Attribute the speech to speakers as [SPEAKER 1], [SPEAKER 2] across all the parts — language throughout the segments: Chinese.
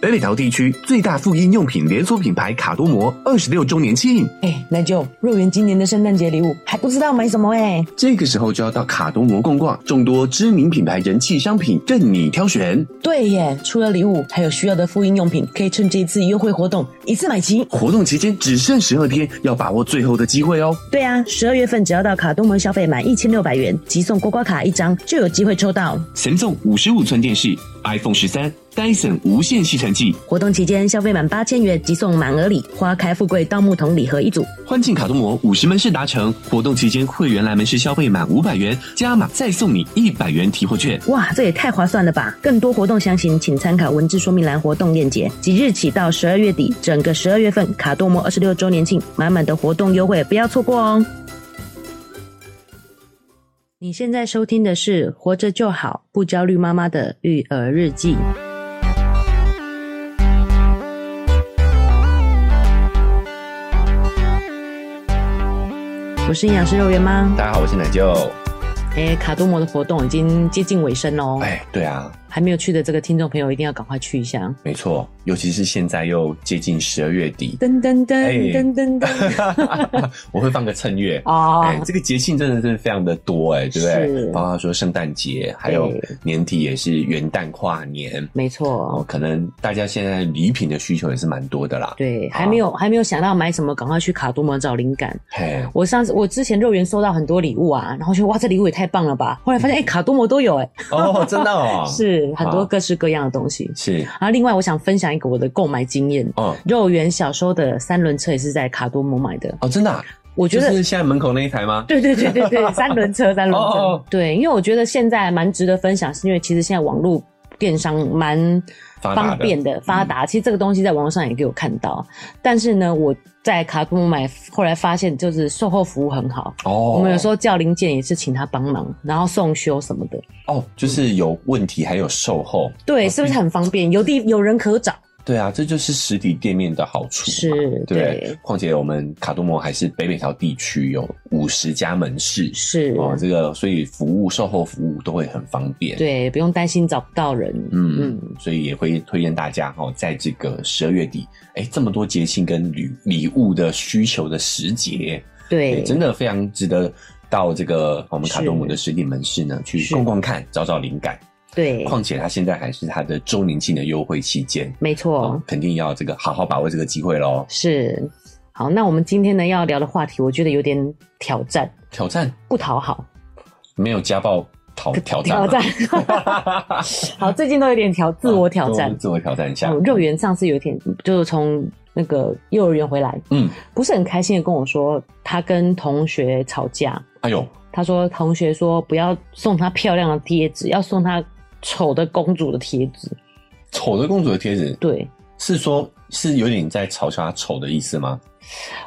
[SPEAKER 1] 北北桃地区最大妇婴用品连锁品牌卡多摩二十六周年庆，
[SPEAKER 2] 哎，奶舅，肉圆今年的圣诞节礼物还不知道买什么哎。
[SPEAKER 1] 这个时候就要到卡多摩逛逛，众多知名品牌人气商品任你挑选。
[SPEAKER 2] 对耶，除了礼物，还有需要的妇婴用品，可以趁这一次优惠活动一次买齐。
[SPEAKER 1] 活动期间只剩十二天，要把握最后的机会哦！
[SPEAKER 2] 对啊，十二月份只要到卡东门消费满一千六百元，即送刮刮卡一张，就有机会抽到。
[SPEAKER 1] 神送五十五寸电视、iPhone 十三、Dyson 无线吸尘器。
[SPEAKER 2] 活动期间消费满八千元即送满额礼、花开富贵盗墓桶礼盒一组。
[SPEAKER 1] 欢庆卡多摩五十门市达成，活动期间会员来门市消费满五百元，加码再送你一百元提货券。
[SPEAKER 2] 哇，这也太划算了吧！更多活动详情请参考文字说明栏活动链接。即日起到十二月底，整个十二月份卡多摩二十六周年庆，满满的活动优惠不要错过哦！你现在收听的是《活着就好，不焦虑妈妈的育儿日记》。我是营养师肉圆妈。
[SPEAKER 1] 大家好，我是奶舅。
[SPEAKER 2] 哎，卡多摩的活动已经接近尾声哦喽，
[SPEAKER 1] 哎，对啊，
[SPEAKER 2] 还没有去的这个听众朋友一定要赶快去一下。
[SPEAKER 1] 没错，尤其是现在又接近十二月底，
[SPEAKER 2] 噔噔
[SPEAKER 1] 哎
[SPEAKER 2] 噔噔噔噔，
[SPEAKER 1] 我会放个衬乐。
[SPEAKER 2] 哦，
[SPEAKER 1] 哎，这个节庆真的是非常的多哎、对不对
[SPEAKER 2] 是？
[SPEAKER 1] 包括说圣诞节，还有
[SPEAKER 2] 对
[SPEAKER 1] 年底也是元旦跨年，
[SPEAKER 2] 没
[SPEAKER 1] 哦，
[SPEAKER 2] 错，
[SPEAKER 1] 可能大家现在礼品的需求也是蛮多的啦。
[SPEAKER 2] 对，
[SPEAKER 1] 啊
[SPEAKER 2] 还没有还没有想到买什么，赶快去卡多摩找灵感。
[SPEAKER 1] 嘿，
[SPEAKER 2] 我上次我之前肉圆收到很多礼物啊，然后就哇这礼物也太棒了吧，后来发现哎卡多摩都有哎，
[SPEAKER 1] 哦，真的哦，
[SPEAKER 2] 是很
[SPEAKER 1] 啊
[SPEAKER 2] 多各式各样的东西。
[SPEAKER 1] 是，
[SPEAKER 2] 然后另外我想分享一个我的购买经验。
[SPEAKER 1] 哦
[SPEAKER 2] 肉圆小时候的三轮车也是在卡多摩买的，
[SPEAKER 1] 哦，真的啊、
[SPEAKER 2] 我觉
[SPEAKER 1] 就
[SPEAKER 2] 得
[SPEAKER 1] 是现在门口那一台吗？
[SPEAKER 2] 对对对 对对，三轮车，三轮车。
[SPEAKER 1] 哦哦哦
[SPEAKER 2] 对，因为我觉得现在蛮值得分享，是因为其实现在网络电商蛮
[SPEAKER 1] 发达的嗯
[SPEAKER 2] 方便的、发达。其实这个东西在网络上也给我看到，但是呢，我在卡多买，后来发现就是售后服务很好。
[SPEAKER 1] 哦，
[SPEAKER 2] 我们有时候叫零件也是请他帮忙，然后送修什么的，
[SPEAKER 1] 哦，就是有问题还有售后，
[SPEAKER 2] 对，是不是很方便？有地有人可找，
[SPEAKER 1] 对啊，这就是实体店面的好处嘛，
[SPEAKER 2] 是
[SPEAKER 1] 对不
[SPEAKER 2] 对
[SPEAKER 1] 况且我们卡多摩还是北北桃地区有五十家门市
[SPEAKER 2] 是，
[SPEAKER 1] 哦，这个所以服务售后服务都会很方便，，
[SPEAKER 2] 对，不用担心找不到人，
[SPEAKER 1] 嗯
[SPEAKER 2] 嗯，
[SPEAKER 1] 所以也会推荐大家哦，在这个十二月底，哎，这么多节庆跟礼礼物的需求的时节，
[SPEAKER 2] 对，
[SPEAKER 1] 对，真的非常值得到这个我们卡多姆
[SPEAKER 2] 是
[SPEAKER 1] 的实体门市呢去
[SPEAKER 2] 是
[SPEAKER 1] 逛逛看，找找灵感。
[SPEAKER 2] 对，
[SPEAKER 1] 况且它现在还是它的周年庆的优惠期间，
[SPEAKER 2] 没错，
[SPEAKER 1] 哦，肯定要这个好好把握这个机会喽。
[SPEAKER 2] 是，好，那我们今天呢要聊的话题，我觉得有点挑战，
[SPEAKER 1] 挑战
[SPEAKER 2] 不讨好，
[SPEAKER 1] 没有家暴挑挑战吗，啊
[SPEAKER 2] 好，最近都有点挑自我挑
[SPEAKER 1] 啊
[SPEAKER 2] 战
[SPEAKER 1] 自。自我挑战一下
[SPEAKER 2] 哦，。肉圆上次有一天就是从那个幼儿园回来，
[SPEAKER 1] 嗯，
[SPEAKER 2] 不是很开心的跟我说，他跟同学吵架。
[SPEAKER 1] 哎呦，
[SPEAKER 2] 他说同学说不要送他漂亮的贴纸，要送他丑的公主的贴纸。
[SPEAKER 1] 丑的公主的贴纸
[SPEAKER 2] 对
[SPEAKER 1] 是说，是有点在嘲笑她丑的意思吗？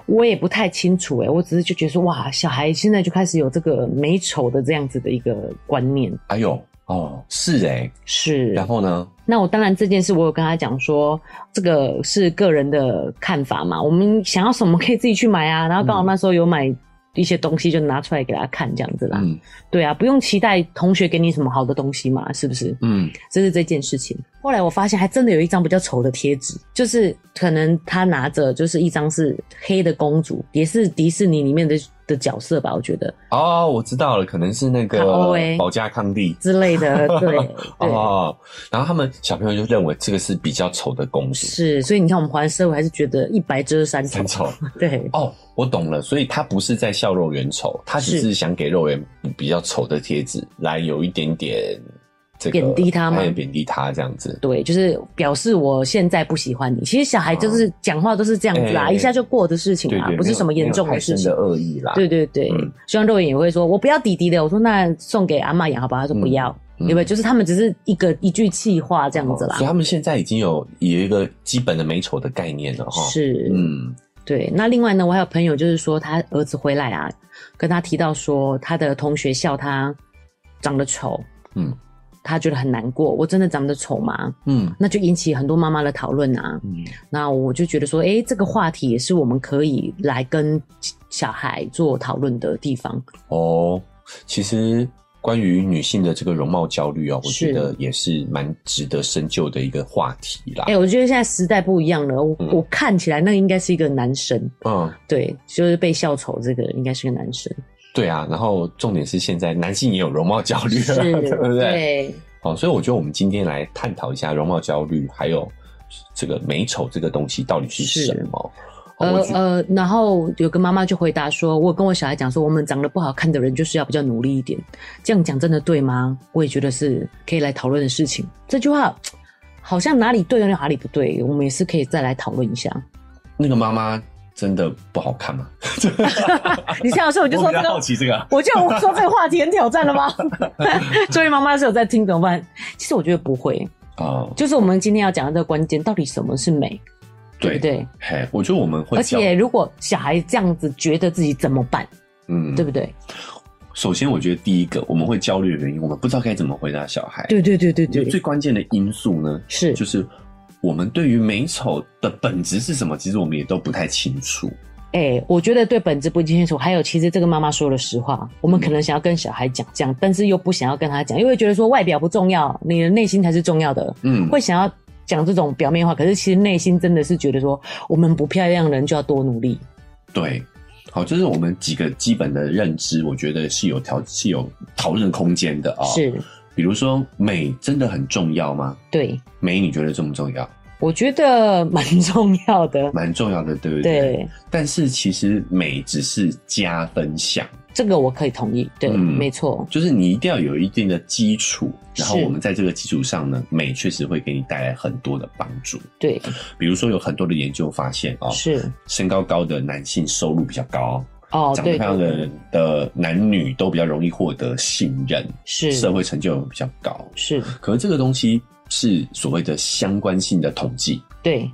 [SPEAKER 2] 我也不太清楚哎、我只是就觉得说哇，小孩现在就开始有这个美丑的这样子的一个观念。
[SPEAKER 1] 哎呦，哦，是哎、
[SPEAKER 2] 是，
[SPEAKER 1] 然后呢？
[SPEAKER 2] 那我当然这件事，我有跟他讲说，这个是个人的看法嘛，我们想要什么可以自己去买啊。然后刚好
[SPEAKER 1] 嗯
[SPEAKER 2] 那时候有买一些东西，就拿出来给他看这样子啦。
[SPEAKER 1] 嗯
[SPEAKER 2] 对啊，不用期待同学给你什么好的东西嘛，是不是？
[SPEAKER 1] 嗯，
[SPEAKER 2] 这是这件事情。后来我发现，还真的有一张比较丑的贴纸，就是可能他拿着就是一张是黑的公主，也是迪士尼里面的的角色吧，我觉得
[SPEAKER 1] 哦，我知道了，可能是那
[SPEAKER 2] 卡欧
[SPEAKER 1] 个
[SPEAKER 2] 欸
[SPEAKER 1] 保加康帝。
[SPEAKER 2] 之类的。对对。
[SPEAKER 1] 哦，然后他们小朋友就认为这个是比较丑的公主，
[SPEAKER 2] 是，所以你看，我们华人社会还是觉得一白遮三丑
[SPEAKER 1] 很， 丑。
[SPEAKER 2] 对，
[SPEAKER 1] 哦，我懂了，所以他不是在笑肉圆丑，他只
[SPEAKER 2] 是
[SPEAKER 1] 是想给肉圆比较丑的贴纸来有一点点这个
[SPEAKER 2] 贬低他吗
[SPEAKER 1] 哎贬低他这样子。
[SPEAKER 2] 对，就是表示我现在不喜欢你。其实小孩就是讲话都是这样子
[SPEAKER 1] 哦
[SPEAKER 2] 啦，啊
[SPEAKER 1] 哎
[SPEAKER 2] 一下就过的事情
[SPEAKER 1] 对
[SPEAKER 2] 啦，
[SPEAKER 1] 对，
[SPEAKER 2] 不
[SPEAKER 1] 没
[SPEAKER 2] 是
[SPEAKER 1] 有
[SPEAKER 2] 什么严重
[SPEAKER 1] 没有太
[SPEAKER 2] 的事
[SPEAKER 1] 深
[SPEAKER 2] 情
[SPEAKER 1] 的。恶意啦。
[SPEAKER 2] 对对对，
[SPEAKER 1] 嗯
[SPEAKER 2] 希望肉眼也会说，我不要弟弟的。我说那送给阿嬷养好吧，他说不要，
[SPEAKER 1] 嗯嗯
[SPEAKER 2] 因为就是他们只是一个一句气话这样子啦
[SPEAKER 1] 哦所以。他们现在已经有有一个基本的美丑的概念了哈。，
[SPEAKER 2] 是，
[SPEAKER 1] 嗯，
[SPEAKER 2] 对。那另外呢，我还有朋友就是说，他儿子回来啊，跟他提到说，他的同学笑他长得丑，
[SPEAKER 1] 嗯，
[SPEAKER 2] 他觉得很难过。我真的长得丑吗？
[SPEAKER 1] 嗯
[SPEAKER 2] 那就引起很多妈妈的讨论啊。
[SPEAKER 1] 嗯，
[SPEAKER 2] 那我就觉得说，诶，这个话题也是我们可以来跟小孩做讨论的地方。
[SPEAKER 1] 哦，其实关于女性的这个容貌焦虑哦，我
[SPEAKER 2] 是
[SPEAKER 1] 觉得也是蛮值得深究的一个话题啦
[SPEAKER 2] 哎、。我觉得现在时代不一样了，我、
[SPEAKER 1] 嗯
[SPEAKER 2] 我看起来那应该是一个男生，
[SPEAKER 1] 嗯，
[SPEAKER 2] 对，就是被笑丑这个应该是个男生，
[SPEAKER 1] 对啊。然后重点是现在男性也有容貌焦虑
[SPEAKER 2] 是，
[SPEAKER 1] 了， 对不对？
[SPEAKER 2] 对，
[SPEAKER 1] 哦，所以我觉得我们今天来探讨一下容貌焦虑，还有这个美丑这个东西到底是
[SPEAKER 2] 是
[SPEAKER 1] 什么。哦
[SPEAKER 2] 呃
[SPEAKER 1] 我觉
[SPEAKER 2] 呃，然后有个妈妈就回答说：“我跟我小孩讲说，我们长得不好看的人就是要比较努力一点。这样讲真的对吗？我也觉得是可以来讨论的事情。这句话好像哪里对，又哪里不对，我们也是可以再来讨论一下。
[SPEAKER 1] 那个妈妈真的不好看吗？
[SPEAKER 2] 你这样说，我就
[SPEAKER 1] 啊 我
[SPEAKER 2] 说
[SPEAKER 1] 比
[SPEAKER 2] 这
[SPEAKER 1] 较
[SPEAKER 2] 个
[SPEAKER 1] 好奇这个。
[SPEAKER 2] 我就说这个话题很挑战了 吗？所以妈妈是有在听怎么办？其实我觉得不会，
[SPEAKER 1] 哦，
[SPEAKER 2] 就是我们今天要讲的这个关键，到底什么是美，
[SPEAKER 1] 对
[SPEAKER 2] 对不，对？
[SPEAKER 1] 嘿，我觉得我们会
[SPEAKER 2] 而
[SPEAKER 1] 教，
[SPEAKER 2] 且如果小孩这样子觉得自己怎么办，
[SPEAKER 1] 嗯，
[SPEAKER 2] 对不对？
[SPEAKER 1] 首先，我觉得第一个我们会焦虑的原因，我们不知道该怎么回答小孩。
[SPEAKER 2] 对对对对
[SPEAKER 1] 我觉得最
[SPEAKER 2] 对，
[SPEAKER 1] 关键的因素呢，
[SPEAKER 2] 是
[SPEAKER 1] 就是我们对于美丑的本质是什么，其实我们也都不太清楚。
[SPEAKER 2] 哎、我觉得对本质不清楚。还有，其实这个妈妈说了实话，我们可能想要跟小孩讲这样，但是又不想要跟他讲，因为觉得说外表不重要，你的内心才是重要的。
[SPEAKER 1] 嗯，
[SPEAKER 2] 会想要讲这种表面话，可是其实内心真的是觉得说，我们不漂亮的人就要多努力。
[SPEAKER 1] 对。好，这是我们几个基本的认知，我觉得是有条是有讨论空间的哦。，
[SPEAKER 2] 是，
[SPEAKER 1] 比如说美真的很重要吗？
[SPEAKER 2] 对，
[SPEAKER 1] 美你觉得重不重要？
[SPEAKER 2] 我觉得蛮 重要的。
[SPEAKER 1] 蛮重要的，对不对？
[SPEAKER 2] 对，
[SPEAKER 1] 但是其实美只是加分项，
[SPEAKER 2] 这个我可以同意。对，
[SPEAKER 1] 嗯
[SPEAKER 2] 没错，
[SPEAKER 1] 就是你一定要有一定的基础，然后
[SPEAKER 2] 是
[SPEAKER 1] 我们在这个基础上呢，美确实会给你带来很多的帮助。
[SPEAKER 2] 对，
[SPEAKER 1] 比如说，有很多的研究发现哦，
[SPEAKER 2] 是，
[SPEAKER 1] 身高高的男性收入比较高，
[SPEAKER 2] 哦，
[SPEAKER 1] 长得
[SPEAKER 2] 对，
[SPEAKER 1] 漂亮的
[SPEAKER 2] 对
[SPEAKER 1] 人的男女都比较容易获得信任，
[SPEAKER 2] 是
[SPEAKER 1] 社会成就比较高。
[SPEAKER 2] 是，
[SPEAKER 1] 可是这个东西是所谓的相关性的统计。
[SPEAKER 2] 对，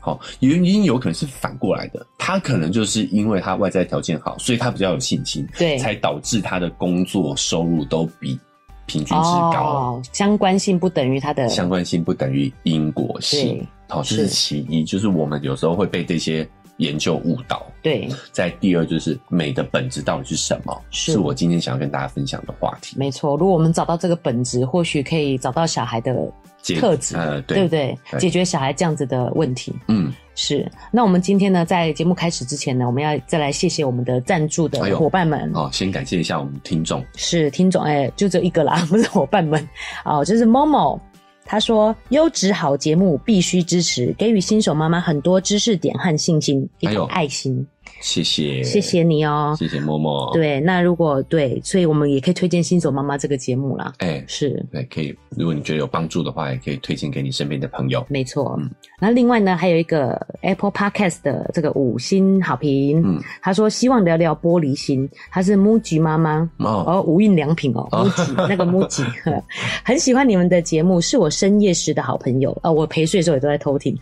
[SPEAKER 1] 好、原因有可能是反过来的，他可能就是因为他外在条件好，所以他比较有信心，
[SPEAKER 2] 对
[SPEAKER 1] 才导致他的工作收入都比平均值高。
[SPEAKER 2] 哦，相关性不等于它的
[SPEAKER 1] 相关性不等于因果性
[SPEAKER 2] 对，
[SPEAKER 1] 好、这
[SPEAKER 2] 是
[SPEAKER 1] 是其一，就是我们有时候会被这些研究误导。
[SPEAKER 2] 对，
[SPEAKER 1] 在第二就是美的本质到底是什么，
[SPEAKER 2] 是
[SPEAKER 1] 是我今天想要跟大家分享的话题。
[SPEAKER 2] 没错。如果我们找到这个本质，或许可以找到小孩的
[SPEAKER 1] 解
[SPEAKER 2] 特质，
[SPEAKER 1] 呃，
[SPEAKER 2] 对
[SPEAKER 1] 对
[SPEAKER 2] 不，对？
[SPEAKER 1] 对
[SPEAKER 2] 解决小孩这样子的问题。
[SPEAKER 1] 嗯，
[SPEAKER 2] 是，那我们今天呢，在节目开始之前呢，我们要再来谢谢我们的赞助的
[SPEAKER 1] 哎呦
[SPEAKER 2] 伙伴们，
[SPEAKER 1] 好、先感谢一下我们听众，
[SPEAKER 2] 是听众，哎、就只有一个啦，不 是伙伴们，哦，就是 Momo，他说优质好节目必须支持，给予新手妈妈很多知识点和信心，一
[SPEAKER 1] 哎
[SPEAKER 2] 个
[SPEAKER 1] 呦
[SPEAKER 2] 爱心，
[SPEAKER 1] 谢谢，
[SPEAKER 2] 谢谢，你哦。
[SPEAKER 1] 谢谢默默，，
[SPEAKER 2] 对，那如果对，所以我们也可以推荐新手妈妈这个节目啦，
[SPEAKER 1] 哎、
[SPEAKER 2] 是。
[SPEAKER 1] 对，可以，如果你觉得有帮助的话，也可以推荐给你身边的朋友。
[SPEAKER 2] 没错
[SPEAKER 1] 嗯，
[SPEAKER 2] 那另外呢，还有一个 Apple Podcast 的这个五星好评，
[SPEAKER 1] 嗯，
[SPEAKER 2] 他说希望聊聊玻璃心，他是 MUJI 妈妈，
[SPEAKER 1] 哦，
[SPEAKER 2] 哦，无印良品哦
[SPEAKER 1] 哦
[SPEAKER 2] ，MUJI 那个 MUJI，呵 很喜欢你们的节目，是我深夜时的好朋友。呃，我陪睡的时候也都在偷听，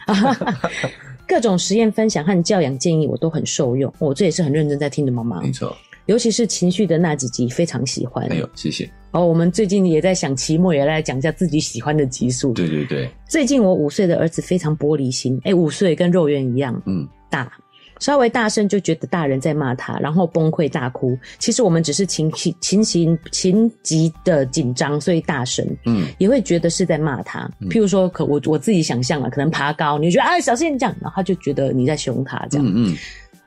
[SPEAKER 2] 各种实验分享和教养建议我都很受用。我、这也是很认真在听的妈妈，
[SPEAKER 1] 没错，
[SPEAKER 2] 尤其是情绪的那几集非常喜欢。
[SPEAKER 1] 嗯哎呦，谢谢，
[SPEAKER 2] 哦，我们最近也在想期末也来讲一下自己喜欢的集数。
[SPEAKER 1] 对对对，
[SPEAKER 2] 最近我五岁的儿子非常玻璃心，哎，五岁跟肉圆一样
[SPEAKER 1] 嗯，
[SPEAKER 2] 大。稍微大声就觉得大人在骂他，然后崩溃大哭。其实我们只是情绪情形情急的紧张，所以大声，
[SPEAKER 1] 嗯，
[SPEAKER 2] 也会觉得是在骂他。
[SPEAKER 1] 嗯
[SPEAKER 2] 譬如说，可我我自己想象了，可能爬高，你就觉得啊小心这样，然后他就觉得你在凶他这样。
[SPEAKER 1] 嗯嗯，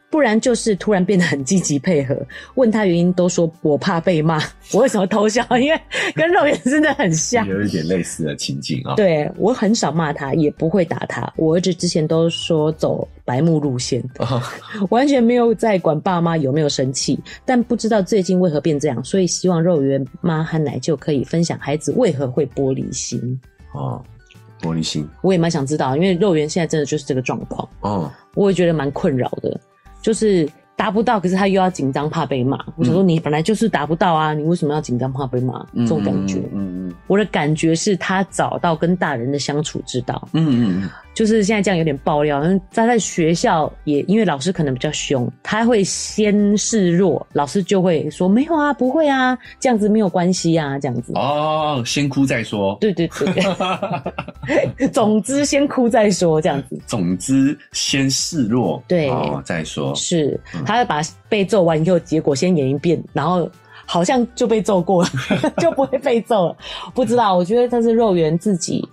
[SPEAKER 2] 不然就是突然变得很积极配合，问他原因都说我怕被骂，我为什么偷笑？因为跟肉眼真的很像。
[SPEAKER 1] 有一点类似的情境啊、
[SPEAKER 2] 对我很少骂他，也不会打他。我儿子之前都说走白目路线，
[SPEAKER 1] 哦，
[SPEAKER 2] 完全没有在管爸妈有没有生气。但不知道最近为何变这样，所以希望肉圆妈和奶舅可以分享孩子为何会玻璃心。
[SPEAKER 1] 哦，玻璃心，
[SPEAKER 2] 我也蛮想知道，因为肉圆现在真的就是这个状况，
[SPEAKER 1] 哦，
[SPEAKER 2] 我也觉得蛮困扰的，就是。达不到，可是他又要紧张，怕被骂。我
[SPEAKER 1] 嗯
[SPEAKER 2] 想说，你本来就是达不到啊，你为什么要紧张，怕被骂？这种感觉，
[SPEAKER 1] 嗯嗯
[SPEAKER 2] 我的感觉是他找到跟大人的相处之道。
[SPEAKER 1] 嗯嗯嗯，
[SPEAKER 2] 就是现在这样有点爆料，因为他在学校也因为老师可能比较凶，他会先示弱，老师就会说没有啊，不会啊，这样子没有关系啊，这样子。
[SPEAKER 1] 哦，先哭再说，
[SPEAKER 2] 对对对对， 总之先哭再说，这样子
[SPEAKER 1] 总之，先示弱，
[SPEAKER 2] 对
[SPEAKER 1] 哦，再说，
[SPEAKER 2] 是
[SPEAKER 1] 嗯，
[SPEAKER 2] 他会把被揍完以后结果先演一遍，然后好像就被揍过了， 就不会被揍了。不知道，我觉得这是肉圆自己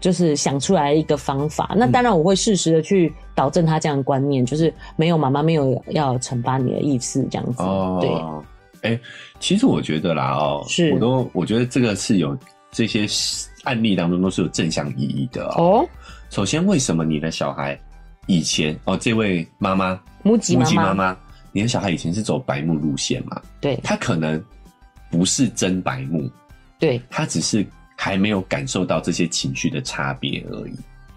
[SPEAKER 2] 就是想出来一个方法。
[SPEAKER 1] 嗯
[SPEAKER 2] 那当然，我会适时的去导正他这样的观念，就是没有妈妈没有要惩罚你的意思，这样子。对，
[SPEAKER 1] 哦，哎、其实我觉得啦，哦，
[SPEAKER 2] 是
[SPEAKER 1] 我都我觉得这个是有这些案例当中都是有正向意义的哦。
[SPEAKER 2] 哦，
[SPEAKER 1] 首先，为什么你的小孩以前哦，这位妈妈
[SPEAKER 2] 母鸡
[SPEAKER 1] 母
[SPEAKER 2] 妈
[SPEAKER 1] 鸡妈
[SPEAKER 2] 妈，
[SPEAKER 1] 妈，你的小孩以前是走白目路线嘛？
[SPEAKER 2] 对
[SPEAKER 1] 他可能不是真白目，
[SPEAKER 2] 对，
[SPEAKER 1] 他只是还没有感受到这些情绪的差别而已。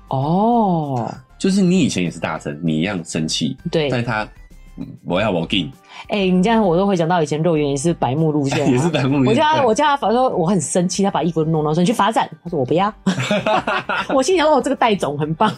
[SPEAKER 2] 哦，
[SPEAKER 1] 就是你以前也是大声，你一样生气，
[SPEAKER 2] 对，
[SPEAKER 1] 但他、嗯、我要我给
[SPEAKER 2] 哎、你这样我都会想到以前肉圆也是白目路线、啊，
[SPEAKER 1] 也是白目路
[SPEAKER 2] 我
[SPEAKER 1] 线
[SPEAKER 2] 叫他，
[SPEAKER 1] 对
[SPEAKER 2] 我叫他罚说我很生气，他把衣服弄到说你去罚站，他说我不 要，我心想哦，这个带种很棒，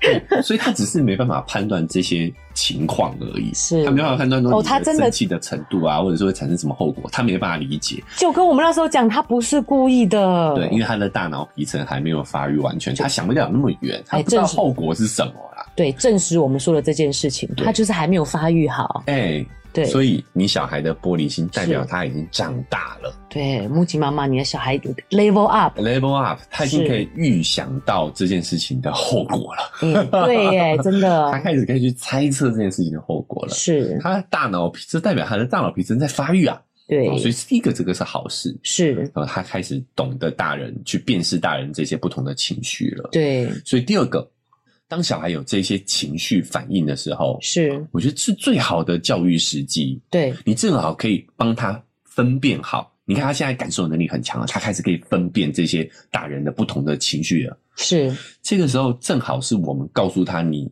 [SPEAKER 1] 对所以他只是没办法判断这些情况而已，
[SPEAKER 2] 是
[SPEAKER 1] 他没办法判断说
[SPEAKER 2] 哦
[SPEAKER 1] 你
[SPEAKER 2] 他真的
[SPEAKER 1] 生气的程度啊，或者说会产生什么后果，他没办法理解。
[SPEAKER 2] 就跟我们那时候讲，他不是故意的，
[SPEAKER 1] 对，因为他的大脑皮层还没有发育完全，他想不了那么远，他
[SPEAKER 2] 哎
[SPEAKER 1] 不知道
[SPEAKER 2] 正是
[SPEAKER 1] 后果是什么啦。
[SPEAKER 2] 对，证实我们说的这件事情，
[SPEAKER 1] 对
[SPEAKER 2] 他就是还没有发育好，
[SPEAKER 1] 哎、
[SPEAKER 2] 对，
[SPEAKER 1] 所以你小孩的玻璃心代表他已经长大了
[SPEAKER 2] 对，木吉妈妈，你的小孩 level up，
[SPEAKER 1] ，level up，他已经
[SPEAKER 2] 是
[SPEAKER 1] 可以预想到这件事情的后果了，
[SPEAKER 2] 嗯，对耶，真
[SPEAKER 1] 他
[SPEAKER 2] 的
[SPEAKER 1] 开始可以去猜测这件事情的后果了。
[SPEAKER 2] 是，
[SPEAKER 1] 他的大脑皮，这代表他的大脑皮层在发育啊，
[SPEAKER 2] 对
[SPEAKER 1] 哦，所以第一个这个是好事，
[SPEAKER 2] 是，
[SPEAKER 1] 然后他开始懂得大人去辨识大人这些不同的情绪了。，
[SPEAKER 2] 对，
[SPEAKER 1] 所以第二个，当小孩有这些情绪反应的时候，
[SPEAKER 2] 是，
[SPEAKER 1] 我觉得是最好的教育时机。
[SPEAKER 2] 对，
[SPEAKER 1] 你正好可以帮他分辨好。你看他现在感受能力很强了，他开始可以分辨这些大人的不同的情绪了。
[SPEAKER 2] 是，
[SPEAKER 1] 这个时候正好是我们告诉他你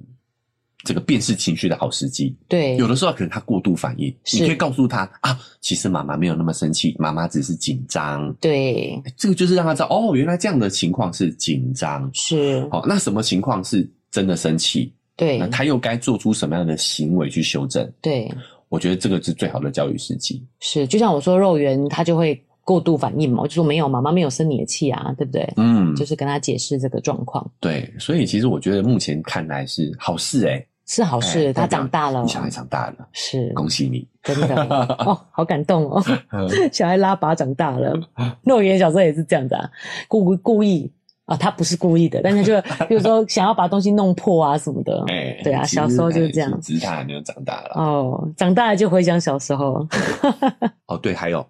[SPEAKER 1] 这个辨识情绪的好时机。
[SPEAKER 2] 对
[SPEAKER 1] 有，的时候可能他过度反应，
[SPEAKER 2] 是
[SPEAKER 1] 你可以告诉他啊，其实妈妈没有那么生气，妈妈只是紧张。
[SPEAKER 2] 对，
[SPEAKER 1] 哎这个就是让他知道哦，原来这样的情况是紧张。
[SPEAKER 2] 是，
[SPEAKER 1] 好、那什么情况是真的生气？
[SPEAKER 2] 对
[SPEAKER 1] 那，他又该做出什么样的行为去修正？
[SPEAKER 2] 对。
[SPEAKER 1] 我觉得这个是最好的教育时机。
[SPEAKER 2] 是，就像我说肉圆，他就会过度反应嘛，我就说没有，妈妈没有生你的气啊，对不对？
[SPEAKER 1] 嗯，
[SPEAKER 2] 就是跟他解释这个状况
[SPEAKER 1] 对，所以其实我觉得目前看来是好事哎、
[SPEAKER 2] 是好事，
[SPEAKER 1] 哎
[SPEAKER 2] 他
[SPEAKER 1] 代表
[SPEAKER 2] 长大了
[SPEAKER 1] 你，小孩长大了，
[SPEAKER 2] 是
[SPEAKER 1] 恭喜 你。
[SPEAKER 2] 真的哦，好感动哦，
[SPEAKER 1] 嗯
[SPEAKER 2] 小孩拉拔长大了。肉圆小时候也是这样子啊，故故意啊，他不是故意的，但是就比如说想要把东西弄破啊什么的，
[SPEAKER 1] 哎，
[SPEAKER 2] 对啊
[SPEAKER 1] 其实
[SPEAKER 2] 小时候就是
[SPEAKER 1] 哎
[SPEAKER 2] 这样
[SPEAKER 1] 只是他还没有长大了。
[SPEAKER 2] 哦，长大了就回想小时候，
[SPEAKER 1] 哎哦，对，还有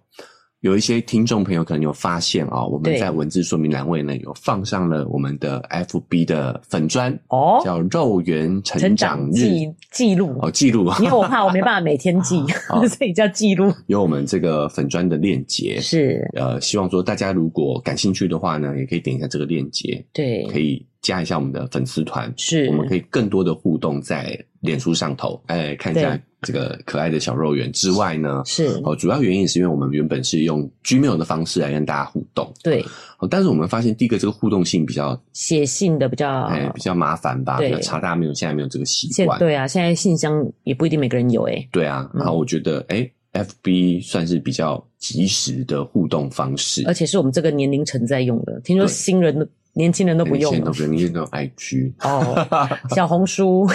[SPEAKER 1] 有一些听众朋友可能有发现哦，我们
[SPEAKER 2] 对
[SPEAKER 1] 在文字说明栏位呢有放上了我们的 FB 的粉砖，
[SPEAKER 2] 哦，
[SPEAKER 1] 叫肉圆成
[SPEAKER 2] 成
[SPEAKER 1] 长
[SPEAKER 2] 长
[SPEAKER 1] 日
[SPEAKER 2] 记记录，
[SPEAKER 1] 哦记录，
[SPEAKER 2] 因为我怕我没办法每天记，
[SPEAKER 1] 哦
[SPEAKER 2] 所以叫记录，
[SPEAKER 1] 有我们这个粉砖的链接。
[SPEAKER 2] 是
[SPEAKER 1] 呃，希望说大家如果感兴趣的话呢，也可以点一下这个链接，
[SPEAKER 2] 对，
[SPEAKER 1] 可以加一下我们的粉丝团，
[SPEAKER 2] 是
[SPEAKER 1] 我们可以更多的互动在脸书上头，哎，看一下这个可爱的小肉圆之外呢，
[SPEAKER 2] 是，
[SPEAKER 1] 哦，主要原因是因为我们原本是用 Gmail 的方式来跟大家互动，
[SPEAKER 2] 对，
[SPEAKER 1] 哦，但是我们发现第一个这个互动性比较，
[SPEAKER 2] 写信的比较，
[SPEAKER 1] 哎，比较麻烦吧，
[SPEAKER 2] 啊对
[SPEAKER 1] 比较差，大家没有现在没有这个习
[SPEAKER 2] 现
[SPEAKER 1] 惯，
[SPEAKER 2] 对啊，现在信箱也不一定每个人有哎、
[SPEAKER 1] 对啊，
[SPEAKER 2] 嗯
[SPEAKER 1] 然后我觉得，哎，FB 算是比较及时的互动方式，
[SPEAKER 2] 而且是我们这个年龄层在用的，听说
[SPEAKER 1] 对
[SPEAKER 2] 新人都年轻人都不
[SPEAKER 1] 以
[SPEAKER 2] 用
[SPEAKER 1] 前
[SPEAKER 2] 了
[SPEAKER 1] 都不用，以前 都用 IG，
[SPEAKER 2] 哦， 小红书